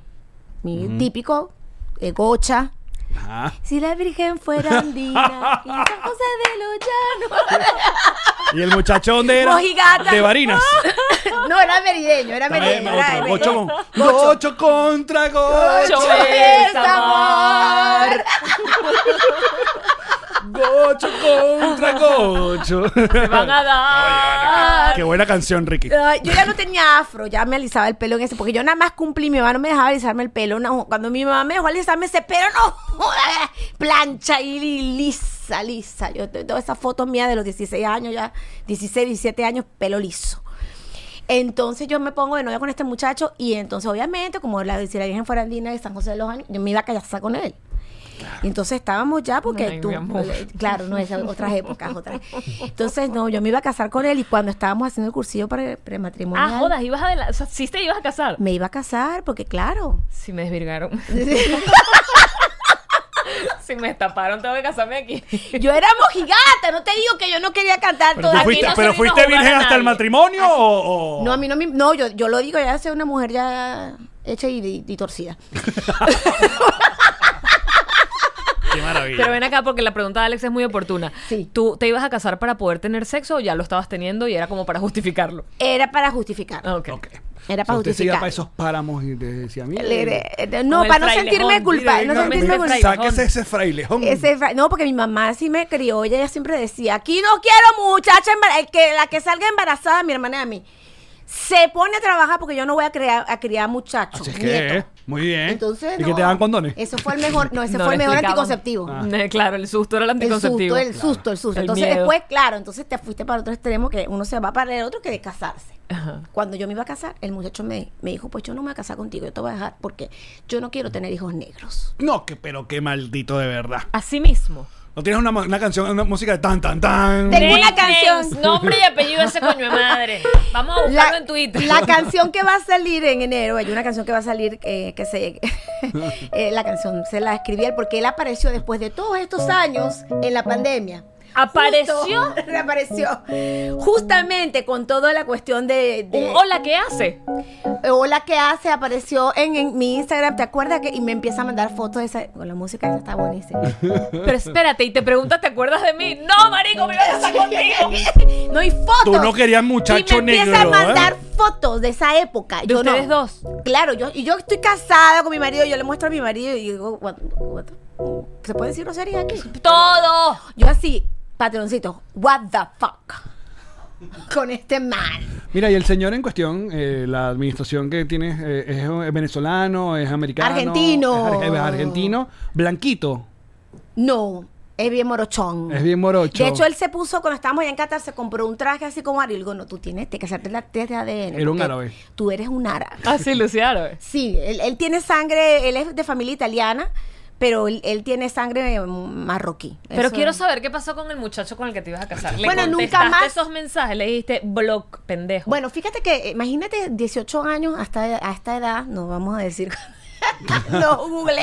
Mi típico, eh, gocha.
Ajá.
Si la virgen fuera andina y San José de los
Y el muchacho dónde era?
Mojigata.
De Varinas.
Llanos. No, era merideño, era merideño.
También,
era
otro,
merideño.
gocho, gocho contra gocho.
Gocho
es
es amor.
Gocho contra gocho.
Te van a
Ah.
dar.
Qué buena canción, Ricky.
Ay, yo ya no tenía afro, ya me alisaba el pelo en ese, porque yo nada más cumplí, mi mamá no me dejaba alisarme el pelo, no, cuando mi mamá me dejó alisarme ese pelo, no, joda, plancha y li- lisa, lisa, yo t- toda esa foto mía de los 16 años, ya 16, 17 años, pelo liso. Entonces yo me pongo de novia con este muchacho y entonces obviamente, como la, si la Virgen fuera andina de San José de los Años, yo me iba a casar con él. Y entonces estábamos ya porque
Ay,
tú,
mi amor.
claro, no, esas otras épocas, otras. Entonces, no, yo me iba a casar con él y cuando estábamos haciendo el cursillo pre- prematrimonial,
Ah, jodas, ibas adelante, o sea, sí te ibas a casar.
me iba a casar porque claro.
Si me desvirgaron. si me estaparon, tengo que casarme aquí.
Yo era mojigata, no te digo que yo no quería cantar
¿Pero,
todo
tú
Aquí
fuiste,
no se
pero
vino
fuiste
a jugar
virgen
a
hasta el
nadie.
matrimonio o, o-
No, a mí no me... No, yo, yo lo digo, ya soy una mujer ya hecha y, y torcida.
Qué maravilla.
Pero ven acá, porque la pregunta de Alex es muy oportuna.
Sí.
¿Tú te ibas a casar para poder tener sexo o ya lo estabas teniendo y era como para justificarlo?
Era para justificar.
Ah, Ok.
Ok.
Era
O sea,
para
usted se iba
justificar.
para esos páramos y te decía, mira.
Le-
mire,
le- le- no,
el
para no
frailejón.
sentirme culpable. No
Mira,
sentirme
mira,
culpable.
Sáquese ese frailejón.
Ese fra- no, porque mi mamá sí me crió, ella, ella siempre decía, aquí no quiero muchacha, embara- el que, la que salga embarazada, mi hermana y a mí, se pone a trabajar porque yo no voy a, crear, a criar muchachos.
Así es que,
nietos".
muy bien.
Entonces,
¿Y
no,
que te dan condones? Ah.
Eso fue el mejor, no, ese
No
fue el
le
mejor
explicaban.
anticonceptivo. Mm,
Eh, Claro, el susto era el
El
anticonceptivo.
susto, el susto, el susto.
El
entonces
miedo.
después, claro, entonces te fuiste para otro extremo que uno se va para el otro que de casarse.
Ajá.
Cuando yo me iba a casar, el muchacho me, me dijo, pues yo no me voy a casar contigo, yo te voy a dejar porque yo no quiero tener hijos negros.
No, que, pero qué maldito de verdad.
Así mismo.
No tienes una, ma- una canción, una música de tan, tan, tan.
Tengo una canción.
nombre y apellido de ese coño de madre. Vamos a buscarlo en Twitter.
la canción que va a salir en enero, hay una canción que va a salir eh, que se. eh, la canción se la escribí él porque él apareció después de todos estos años en la pandemia.
Apareció
Justo- reapareció. Justamente con toda la cuestión de. de-
un hola que hace.
eh, hola que hace, apareció en, en mi Instagram, ¿te acuerdas? que Y me empieza a mandar fotos de esa. Con la música esa está buenísima.
Pero espérate, y te preguntas, ¿te acuerdas de mí? No, marico, me iba a casar contigo.
no hay fotos.
Tú no querías muchacho
y me empieza
negro, ¿eh?
a mandar fotos de esa época.
De
yo
ustedes
no.
dos.
Claro, yo, y yo estoy casada con mi marido, yo le muestro a mi marido y digo, what- what the- ¿se puede decir grosería aquí?
Todo.
Yo así, patroncito, what the fuck? Con este man.
Mira, y el señor en cuestión, eh, la administración que tienes, eh, es eh, venezolano, es americano.
Argentino.
Es, ar- es argentino, blanquito.
No, es bien morochón.
Es bien morocho.
De hecho, él se puso, cuando estábamos allá en Qatar, se compró un traje así como árabe. Y le digo, no, tú tienes que hacerte la test de ADN.
Era un
porque
árabe.
Tú eres un árabe.
Así, Luciano. eh.
Sí, él, él tiene sangre, él es de familia italiana, pero él, él tiene sangre marroquí.
Pero
Eso-
quiero saber qué pasó con el muchacho con el que te ibas a casar. ¿Le
Bueno, nunca
contestaste
más.
esos mensajes, le dijiste blog, pendejo.
Bueno, fíjate que, eh, imagínate, 18 años hasta a esta edad, no vamos a decir. no, Google.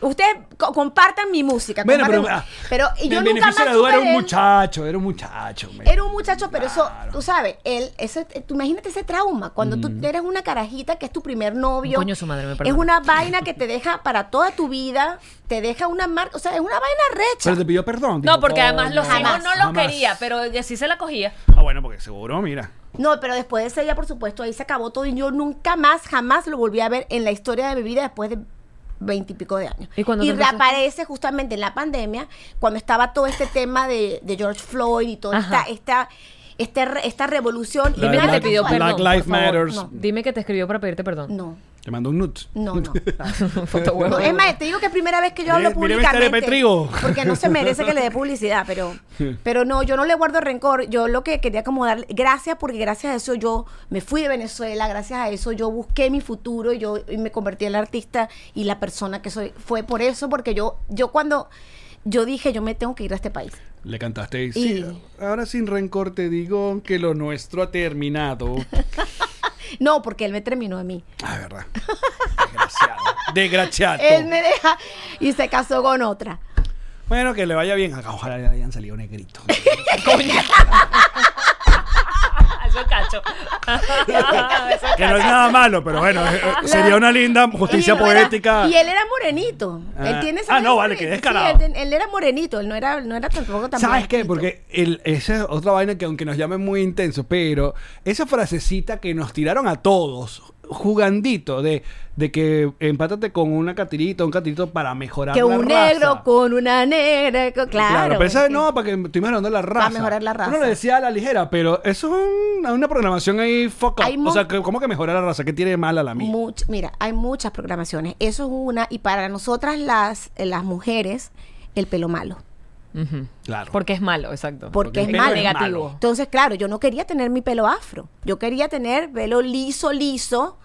Ustedes co- compartan mi música.
Bueno, pero,
compartan- pero
ah,
yo
el
nunca más
beneficio de la duda era
supe
un
de él.
muchacho, era un muchacho. men.
Era un muchacho, pero eso,
Claro.
tú sabes, él, eso, tú imagínate ese trauma cuando tú eres una carajita que es tu primer novio.
Coño, su madre, me
es
perdona.
una vaina que te deja para toda tu vida, te deja una marca, o sea, es una vaina recha.
Pero te pidió perdón.
No,
dijo,
porque además
"Coño,
los
Jamás,
hijos no lo
jamás".
quería, pero ella sí se la cogía.
Ah, bueno, porque seguro, mira.
No, pero después de ese día, por supuesto, ahí se acabó todo y yo nunca más, jamás lo volví a ver en la historia de mi vida después de veintipico de años.
¿Y cuándo te empezaste?
reaparece justamente en la pandemia, cuando estaba todo este tema de, de George Floyd y toda esta,
Ajá.
esta, este re- esta revolución.
La-
nada
la-
casual.
Black
No, por
Lives
favor,
Matters.
no. Mm.
Dime que te escribió para pedirte perdón.
No.
Te mando un nut.
No, no.
Fotohuevo.
No, es más, te digo que es primera vez que yo hablo
Mire- mire esta arepa de
públicamente.
trigo.
Porque no se merece que le dé publicidad, pero, pero no, yo no le guardo rencor. Yo lo que quería como darle, gracias, porque gracias a eso yo me fui de Venezuela, gracias a eso yo busqué mi futuro y yo y me convertí en la artista y la persona que soy. Fue por eso, porque yo, yo cuando yo dije yo me tengo que ir a este país.
Le cantaste y,
Y-
sí, ahora sin rencor te digo que lo nuestro ha terminado.
No, porque él me terminó a mí.
Ah, verdad. Desgraciado. Desgraciado.
Él me deja y se casó con otra.
Bueno, que le vaya bien. Ojalá le hayan salido negritos.
Eso es cacho. Eso es
que no es
cacho.
nada malo, pero bueno, eh, eh, sería una linda justicia
Y él no era-
poética.
y él era morenito.
Ah.
Él tiene esa
Ah,
vaina
no, vale,
morena.
que
Sí,
descarado.
él ten- él, era morenito, él no era, no era tampoco tan
¿Sabes qué?
blanquito.
Porque el- esa es otra vaina que aunque nos llamen muy intenso, pero esa frasecita que nos tiraron a todos, jugandito, de, de que empátate con una catirita, un catirito para mejorar
Que
la
un
raza.
negro con una negra, co- claro.
Claro, pero esa
porque-
no, para que estoy mejorando la raza.
mejorar la raza.
Uno le decía a la ligera, pero eso es un- una programación ahí foca.
Hay
O
mon-
sea, que- ¿cómo que mejorar la raza? ¿Qué tiene de mala la mía?
Much- mira, hay muchas programaciones. Eso es una. Y para nosotras las, eh, las mujeres, el pelo malo.
Ujú.
Claro.
Porque es malo, exacto.
Porque es
el pelo
malo.
negativo.
Entonces, claro, yo no quería tener mi pelo afro. Yo quería tener pelo liso, liso.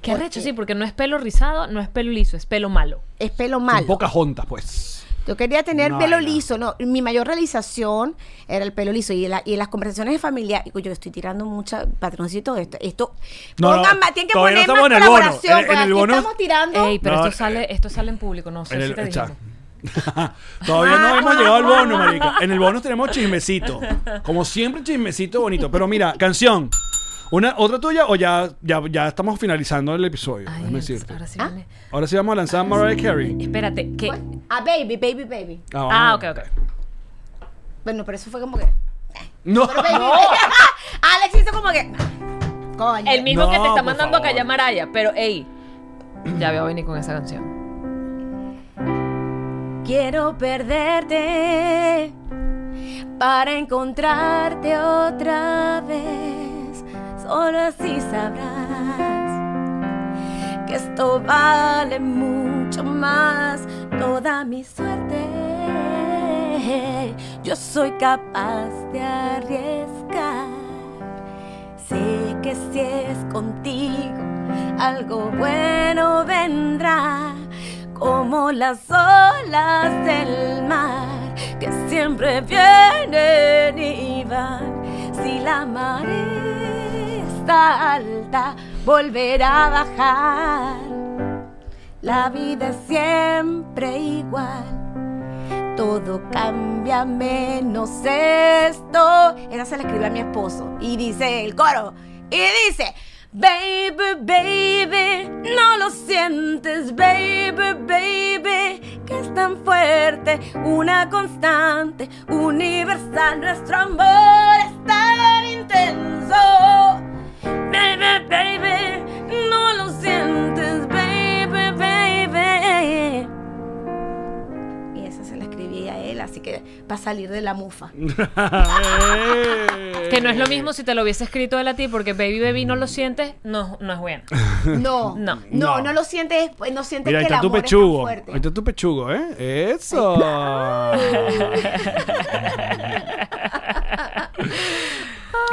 Qué arrecho, sí, porque no es pelo rizado, no es pelo liso, es pelo malo.
Es pelo
Con
malo.
pocas juntas, pues.
Yo quería tener
Una
pelo
vaina.
liso, no, mi mayor realización era el pelo liso y, la- y las conversaciones de familia, y yo estoy tirando mucha patroncito de esto, esto
No, no,
pongan más, tienen que
todavía
poner
no
más
estamos en el bono,
colaboración,
en- en
porque
el
aquí
bono-
estamos tirando.
Ey, pero
No, eh,
esto sale, esto sale en público, no sé
En
si
el-
te Ah,
echa.
dijimos.
Todavía no hemos llegado al bono, marica. En el bono tenemos chismecito. Como siempre, chismecito bonito. Pero mira, canción. Una, ¿Otra tuya o ya, ya, ya estamos finalizando el episodio?
Ay,
Déjame decirte.
ahora sí
¿Ah?
viene-
Ahora sí vamos a lanzar Mariah Carey.
Espérate, que.
A baby, baby, baby.
vamos
Ah,
a-
ok, ok.
Bueno, pero eso fue como que.
No,
Pero baby, baby. Alex hizo como que. Coño.
El mismo
No,
que te está
por
mandando a
favor.
callar Maraya, pero ey. Ya veo venir con esa canción.
Quiero perderte para encontrarte otra vez. Solo así sabrás que esto vale mucho más toda mi suerte. Yo soy capaz de arriesgar. Sé que si es contigo, algo bueno vendrá, como las olas del mar, que siempre vienen y van. Si la marea está alta, volverá a bajar. La vida es siempre igual. Todo cambia menos esto. Esa se la escribió a mi esposo. Y dice el coro. Y dice, baby, baby, no lo sientes, baby, baby, que es tan fuerte, una constante, universal. Nuestro amor es tan intenso. Baby, baby, no lo sientes, baby, baby. Y esa se la escribí a él, así que para salir de la mufa.
Eh.
Que no es lo mismo si te lo hubiese escrito él a ti, porque Baby Baby no lo sientes, no, no es bueno.
No,
No.
no,
No.
no, lo sientes, no sientes
Mira, ahí
que el
está tu
amor
pechugo.
es
Ahí
tan fuerte.
está tu pechugo, ¿eh? Eso.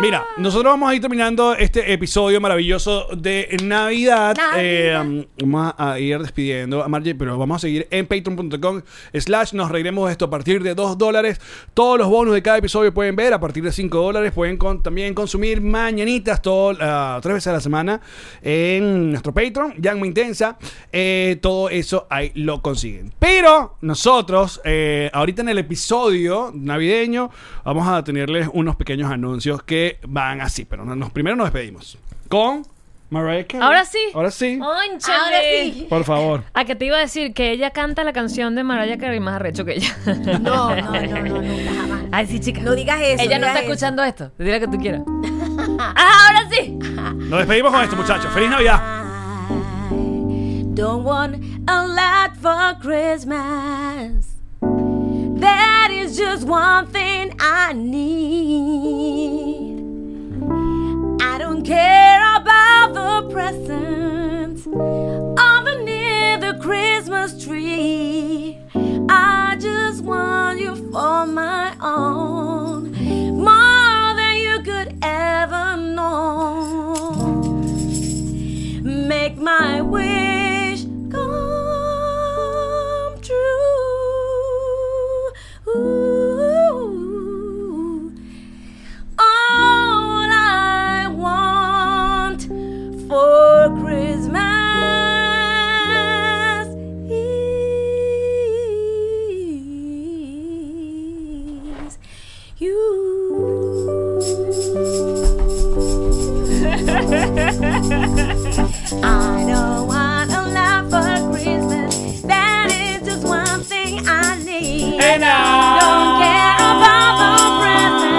Mira, nosotros vamos a ir terminando este episodio maravilloso de Navidad.
Navidad.
Eh, vamos a ir despidiendo a Margie, pero vamos a seguir en patreon.com slash nos reiremos de esto a partir de 2 dólares. Todos los bonus de cada episodio pueden ver a partir de 5 dólares. Pueden con- también consumir mañanitas todo, ah, tres veces a la semana en nuestro Patreon, Llama Intensa. Eh, todo eso ahí lo consiguen. Pero nosotros, eh, ahorita en el episodio navideño, vamos a tenerles unos pequeños anuncios que van así. Pero no- nos, primero nos despedimos con Mariah Carey.
Ahora sí.
Ahora sí.
¡Ónchale!
Ahora sí.
Por favor.
A que te iba a decir que ella canta la canción de Mariah Carey más arrecho que ella.
No, no, no, no, nunca jamás.
Ay, sí, chica.
No digas eso,
Ella
no
no está
digas eso.
escuchando esto. Dile lo que tú quieras. Ah,
Ahora sí.
Nos despedimos con esto, muchachos. ¡Feliz Navidad!
I don't want a lot for Christmas. That is just one thing I need. I don't care about the presents. Up near the Christmas tree. I just want you for my own, more than you could ever know. Make my wish come true. Ooh. All I want for Christmas is you. I don't want a lot for Christmas. That is just one thing I need. And I don't care about the presents.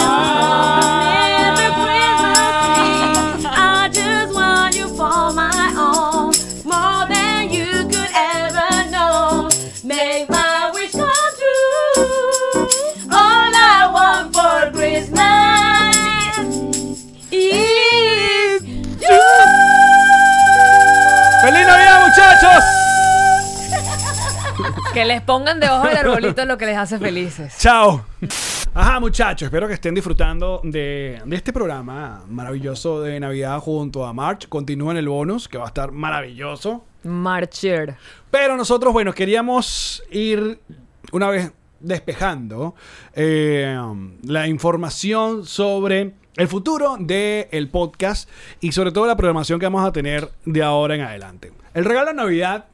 Up near the Christmas tree. I just want you for my own, more than you could ever know. Make my wish come true. All I want for Christmas is
¡Feliz Navidad, muchachos!
Que les pongan debajo del arbolito lo que les hace felices.
¡Chao! Ajá, muchachos, espero que estén disfrutando de, de este programa maravilloso de Navidad junto a March. Continúen el bonus, que va a estar maravilloso.
Marcher.
Pero nosotros, bueno, queríamos ir una vez despejando eh, la información sobre el futuro del podcast y sobre todo la programación que vamos a tener de ahora en adelante. El regalo de Navidad,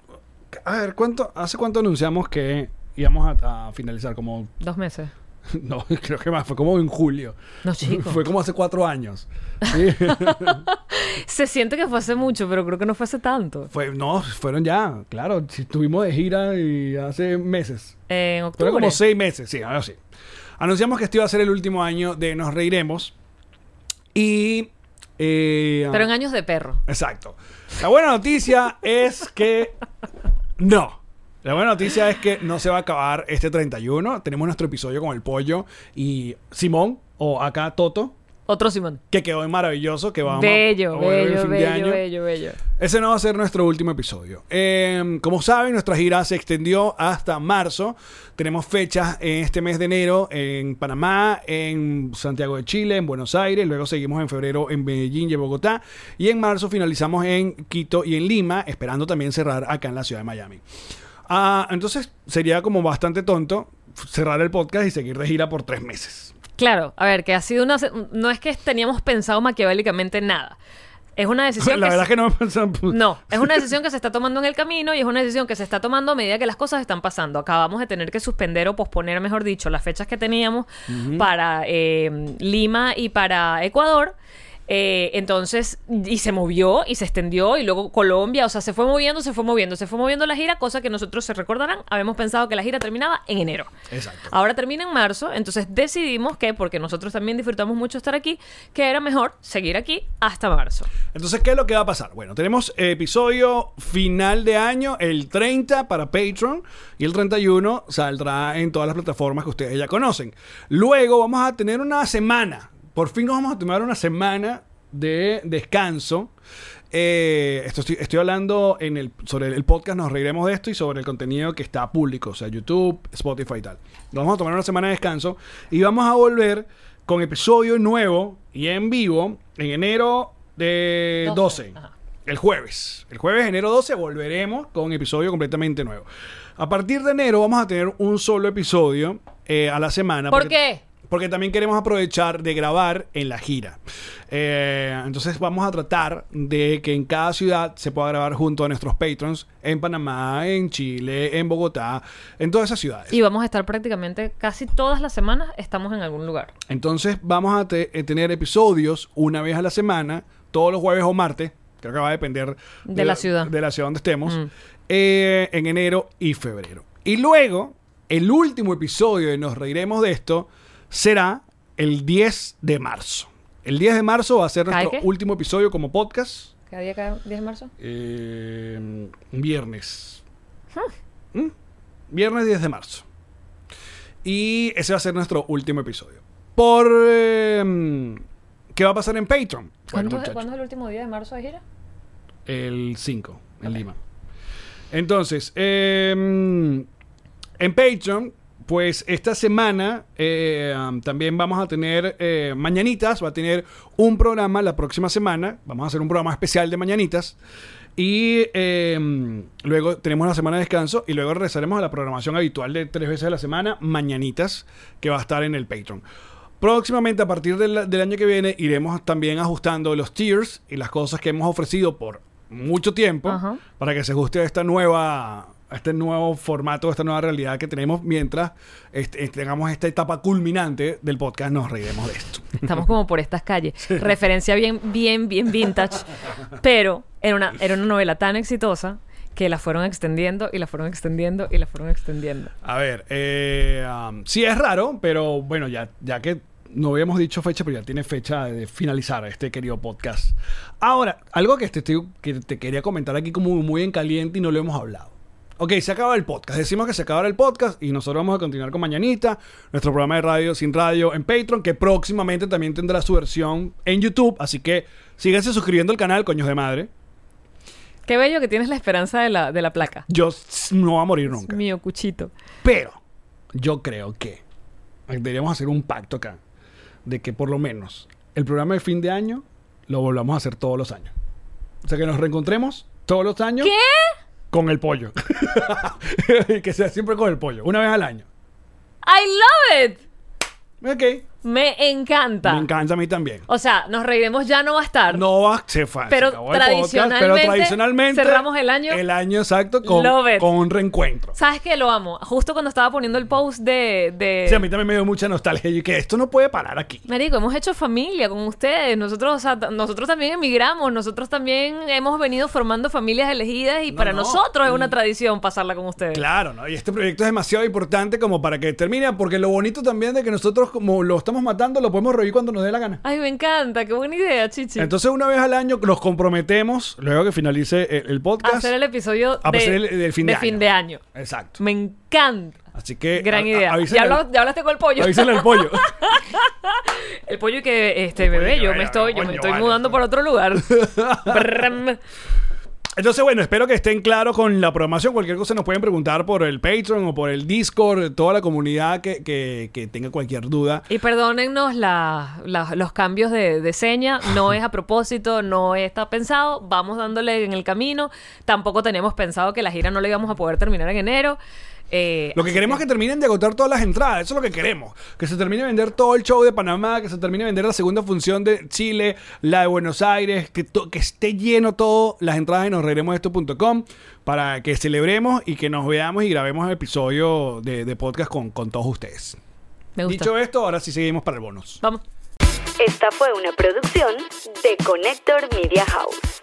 a ver, ¿cuánto, ¿hace cuánto anunciamos que íbamos a, a finalizar? Como,
Dos meses.
no, creo que más, fue como en julio.
No, chico.
Fue como hace cuatro años. Sí.
Se siente que fue hace mucho, pero creo que no fue hace tanto.
Fue, no, fueron ya, claro, si estuvimos de gira y hace meses.
En
Pero
octubre.
como seis meses, sí, ahora sí. Anunciamos que este iba a ser el último año de Nos Reiremos. Y. eh,
Pero en años de perro.
Exacto. La buena noticia es que. No. La buena noticia es que no se va a acabar este 31. Tenemos nuestro episodio con el pollo y Simón, o acá Toto,
Otro Simón.
que quedó maravilloso. Que vamos
Bello,
a volver el
bello,
fin de
bello,
año.
bello, bello.
Ese no va a ser nuestro último episodio. Eh, como saben, nuestra gira se extendió hasta marzo. Tenemos fechas en este mes de enero en Panamá, en Santiago de Chile, en Buenos Aires. Luego seguimos en febrero en Medellín y en Bogotá. Y en marzo finalizamos en Quito y en Lima, esperando también cerrar acá en la ciudad de Miami. Ah, entonces sería como bastante tonto cerrar el podcast y seguir de gira por tres meses.
Claro, a ver, que ha sido una... No es que teníamos pensado maquiavélicamente nada. Es una decisión
La
que
verdad
se-
que no me pensaba-
No, es una decisión que se está tomando en el camino y es una decisión que se está tomando a medida que las cosas están pasando. Acabamos de tener que suspender o posponer, mejor dicho, las fechas que teníamos para eh, Lima y para Ecuador. Eh, entonces, y se movió y se extendió y luego Colombia, o sea, se fue moviendo, se fue moviendo, se fue moviendo la gira, cosa que nosotros se recordarán, habíamos pensado que la gira terminaba en enero.
Exacto.
Ahora termina en marzo, entonces decidimos que, porque nosotros también disfrutamos mucho estar aquí, que era mejor seguir aquí hasta marzo.
Entonces, ¿qué es lo que va a pasar? Bueno, tenemos episodio final de año, el 30 para Patreon y el 31 saldrá en todas las plataformas que ustedes ya conocen. Luego vamos a tener una semana, por fin nos vamos a tomar una semana de descanso. Eh, esto estoy, estoy hablando en el, sobre el podcast, nos reiremos de esto y sobre el contenido que está público, o sea, YouTube, Spotify y tal. Nos vamos a tomar una semana de descanso y vamos a volver con episodio nuevo y en vivo en enero de 12. El jueves. El jueves, enero 12, volveremos con un episodio completamente nuevo. A partir de enero vamos a tener un solo episodio eh, a la semana.
¿Por
porque-
qué?
porque también queremos aprovechar de grabar en la gira. Eh, entonces vamos a tratar de que en cada ciudad se pueda grabar junto a nuestros patrons en Panamá, en Chile, en Bogotá, en todas esas ciudades.
Y vamos a estar prácticamente casi todas las semanas estamos en algún lugar.
Entonces vamos a te- eh, tener episodios una vez a la semana, todos los jueves o martes. Creo que va a depender
De la ciudad.
De la ciudad donde estemos.
Mm.
eh, en enero y febrero. Y luego, el último episodio de Nos Reiremos de esto será el 10 de marzo. El 10 de marzo va a ser
¿Cae
nuestro
qué?
último episodio como podcast.
¿Cada día, cada 10 de marzo?
Eh, viernes. ¿Mm? Viernes 10 de marzo. Y ese va a ser nuestro último episodio. Por... eh, ¿Qué va a pasar en Patreon? Bueno,
¿Cuánto-
muchachos,
¿Cuándo es el último día de marzo de gira?
El 5. en Lima. Entonces, eh, en Patreon, pues esta semana eh, um, también vamos a tener eh, Mañanitas, va a tener un programa la próxima semana, vamos a hacer un programa especial de Mañanitas. Y eh, luego tenemos la semana de descanso y luego regresaremos a la programación habitual de tres veces a la semana, mañanitas, que va a estar en el Patreon. Próximamente, a partir del, del año que viene, iremos también ajustando los tiers y las cosas que hemos ofrecido por mucho tiempo
Ajá.
para que se ajuste a esta nueva a este nuevo formato, a esta nueva realidad que tenemos mientras este, tengamos esta etapa culminante del podcast, nos reiremos de esto.
Estamos como por estas calles. Referencia bien, bien, bien vintage. Pero era una, era una novela tan exitosa que la fueron extendiendo y la fueron extendiendo y la fueron extendiendo.
A ver, eh, um, sí es raro, pero bueno, ya, ya que no habíamos dicho fecha, pero ya tiene fecha de finalizar este querido podcast. Ahora, algo que te, te- que te quería comentar aquí como muy en caliente y no lo hemos hablado. Ok, se acaba el podcast. Decimos que se acaba el podcast y nosotros vamos a continuar con Mañanita, nuestro programa de radio sin radio en Patreon, que próximamente también tendrá su versión en YouTube. Así que síganse suscribiendo al canal, coños de madre.
Qué bello que tienes la esperanza de la, de la placa.
Yo s- no voy a morir nunca.
Mío, cuchito.
Pero yo creo que deberíamos hacer un pacto acá de que por lo menos el programa de fin de año lo volvamos a hacer todos los años. O sea, que nos reencontremos todos los años. Con el pollo. Y que sea siempre con el pollo. Una vez al año.
I love it.
Ok.
Me encanta.
Me encanta a mí también.
O sea, nos reiremos ya no va a estar.
No va, se fa- se
Pero
acabó el podcast, pero
tradicionalmente,
tradicionalmente
cerramos el año.
El año exacto con,
Love it.
con un reencuentro.
¿Sabes qué? Lo amo. Justo cuando estaba poniendo el post de... de-
Sí, a mí también me dio mucha nostalgia y que esto no puede parar aquí.
Marico, hemos hecho familia con ustedes. Nosotros, o sea, t- nosotros también emigramos, nosotros también hemos venido formando familias elegidas y para
no.
nosotros es una tradición pasarla con ustedes.
Claro, ¿no? Y este proyecto es demasiado importante como para que termine, porque lo bonito también de que nosotros como lo estamos matando, lo podemos reír cuando nos dé la gana.
Ay, me encanta, qué buena idea, Chichi.
Entonces una vez al año nos comprometemos, luego que finalice e-, el, el podcast,
hacer el episodio
a
de,
hacer el- del fin de año.
año.
Exacto.
Me encanta.
Así que...
Gran
a- a-
idea.
avísenle
Ya,
al-
habla- ya hablaste con el pollo.
avísenle al pollo.
El pollo y que este bebé,
que
yo
vaya,
me estoy, yo
coño,
me estoy
vale.
mudando para otro lugar. Brrm.
Entonces, bueno, espero que estén claros con la programación. Cualquier cosa nos pueden preguntar por el Patreon o por el Discord, toda la comunidad que, que- que tenga cualquier duda.
y perdónennos la- la- los cambios de, de seña, no es a propósito, no está pensado, vamos dándole en el camino, tampoco teníamos pensado que la gira no la íbamos a poder terminar en enero. Eh,
Lo que queremos es que terminen de agotar todas las entradas, eso es lo que queremos. Que se termine de vender todo el show de Panamá, que se termine de vender la segunda función de Chile, la de Buenos Aires, que, to- que esté lleno todo las entradas en nosreiremosdeesto.com para que celebremos y que nos veamos y grabemos el episodio de, de podcast con, con todos ustedes.
me gusta.
Dicho esto, ahora sí seguimos para el bonus.
vamos.
Esta fue una producción de Connector Media House.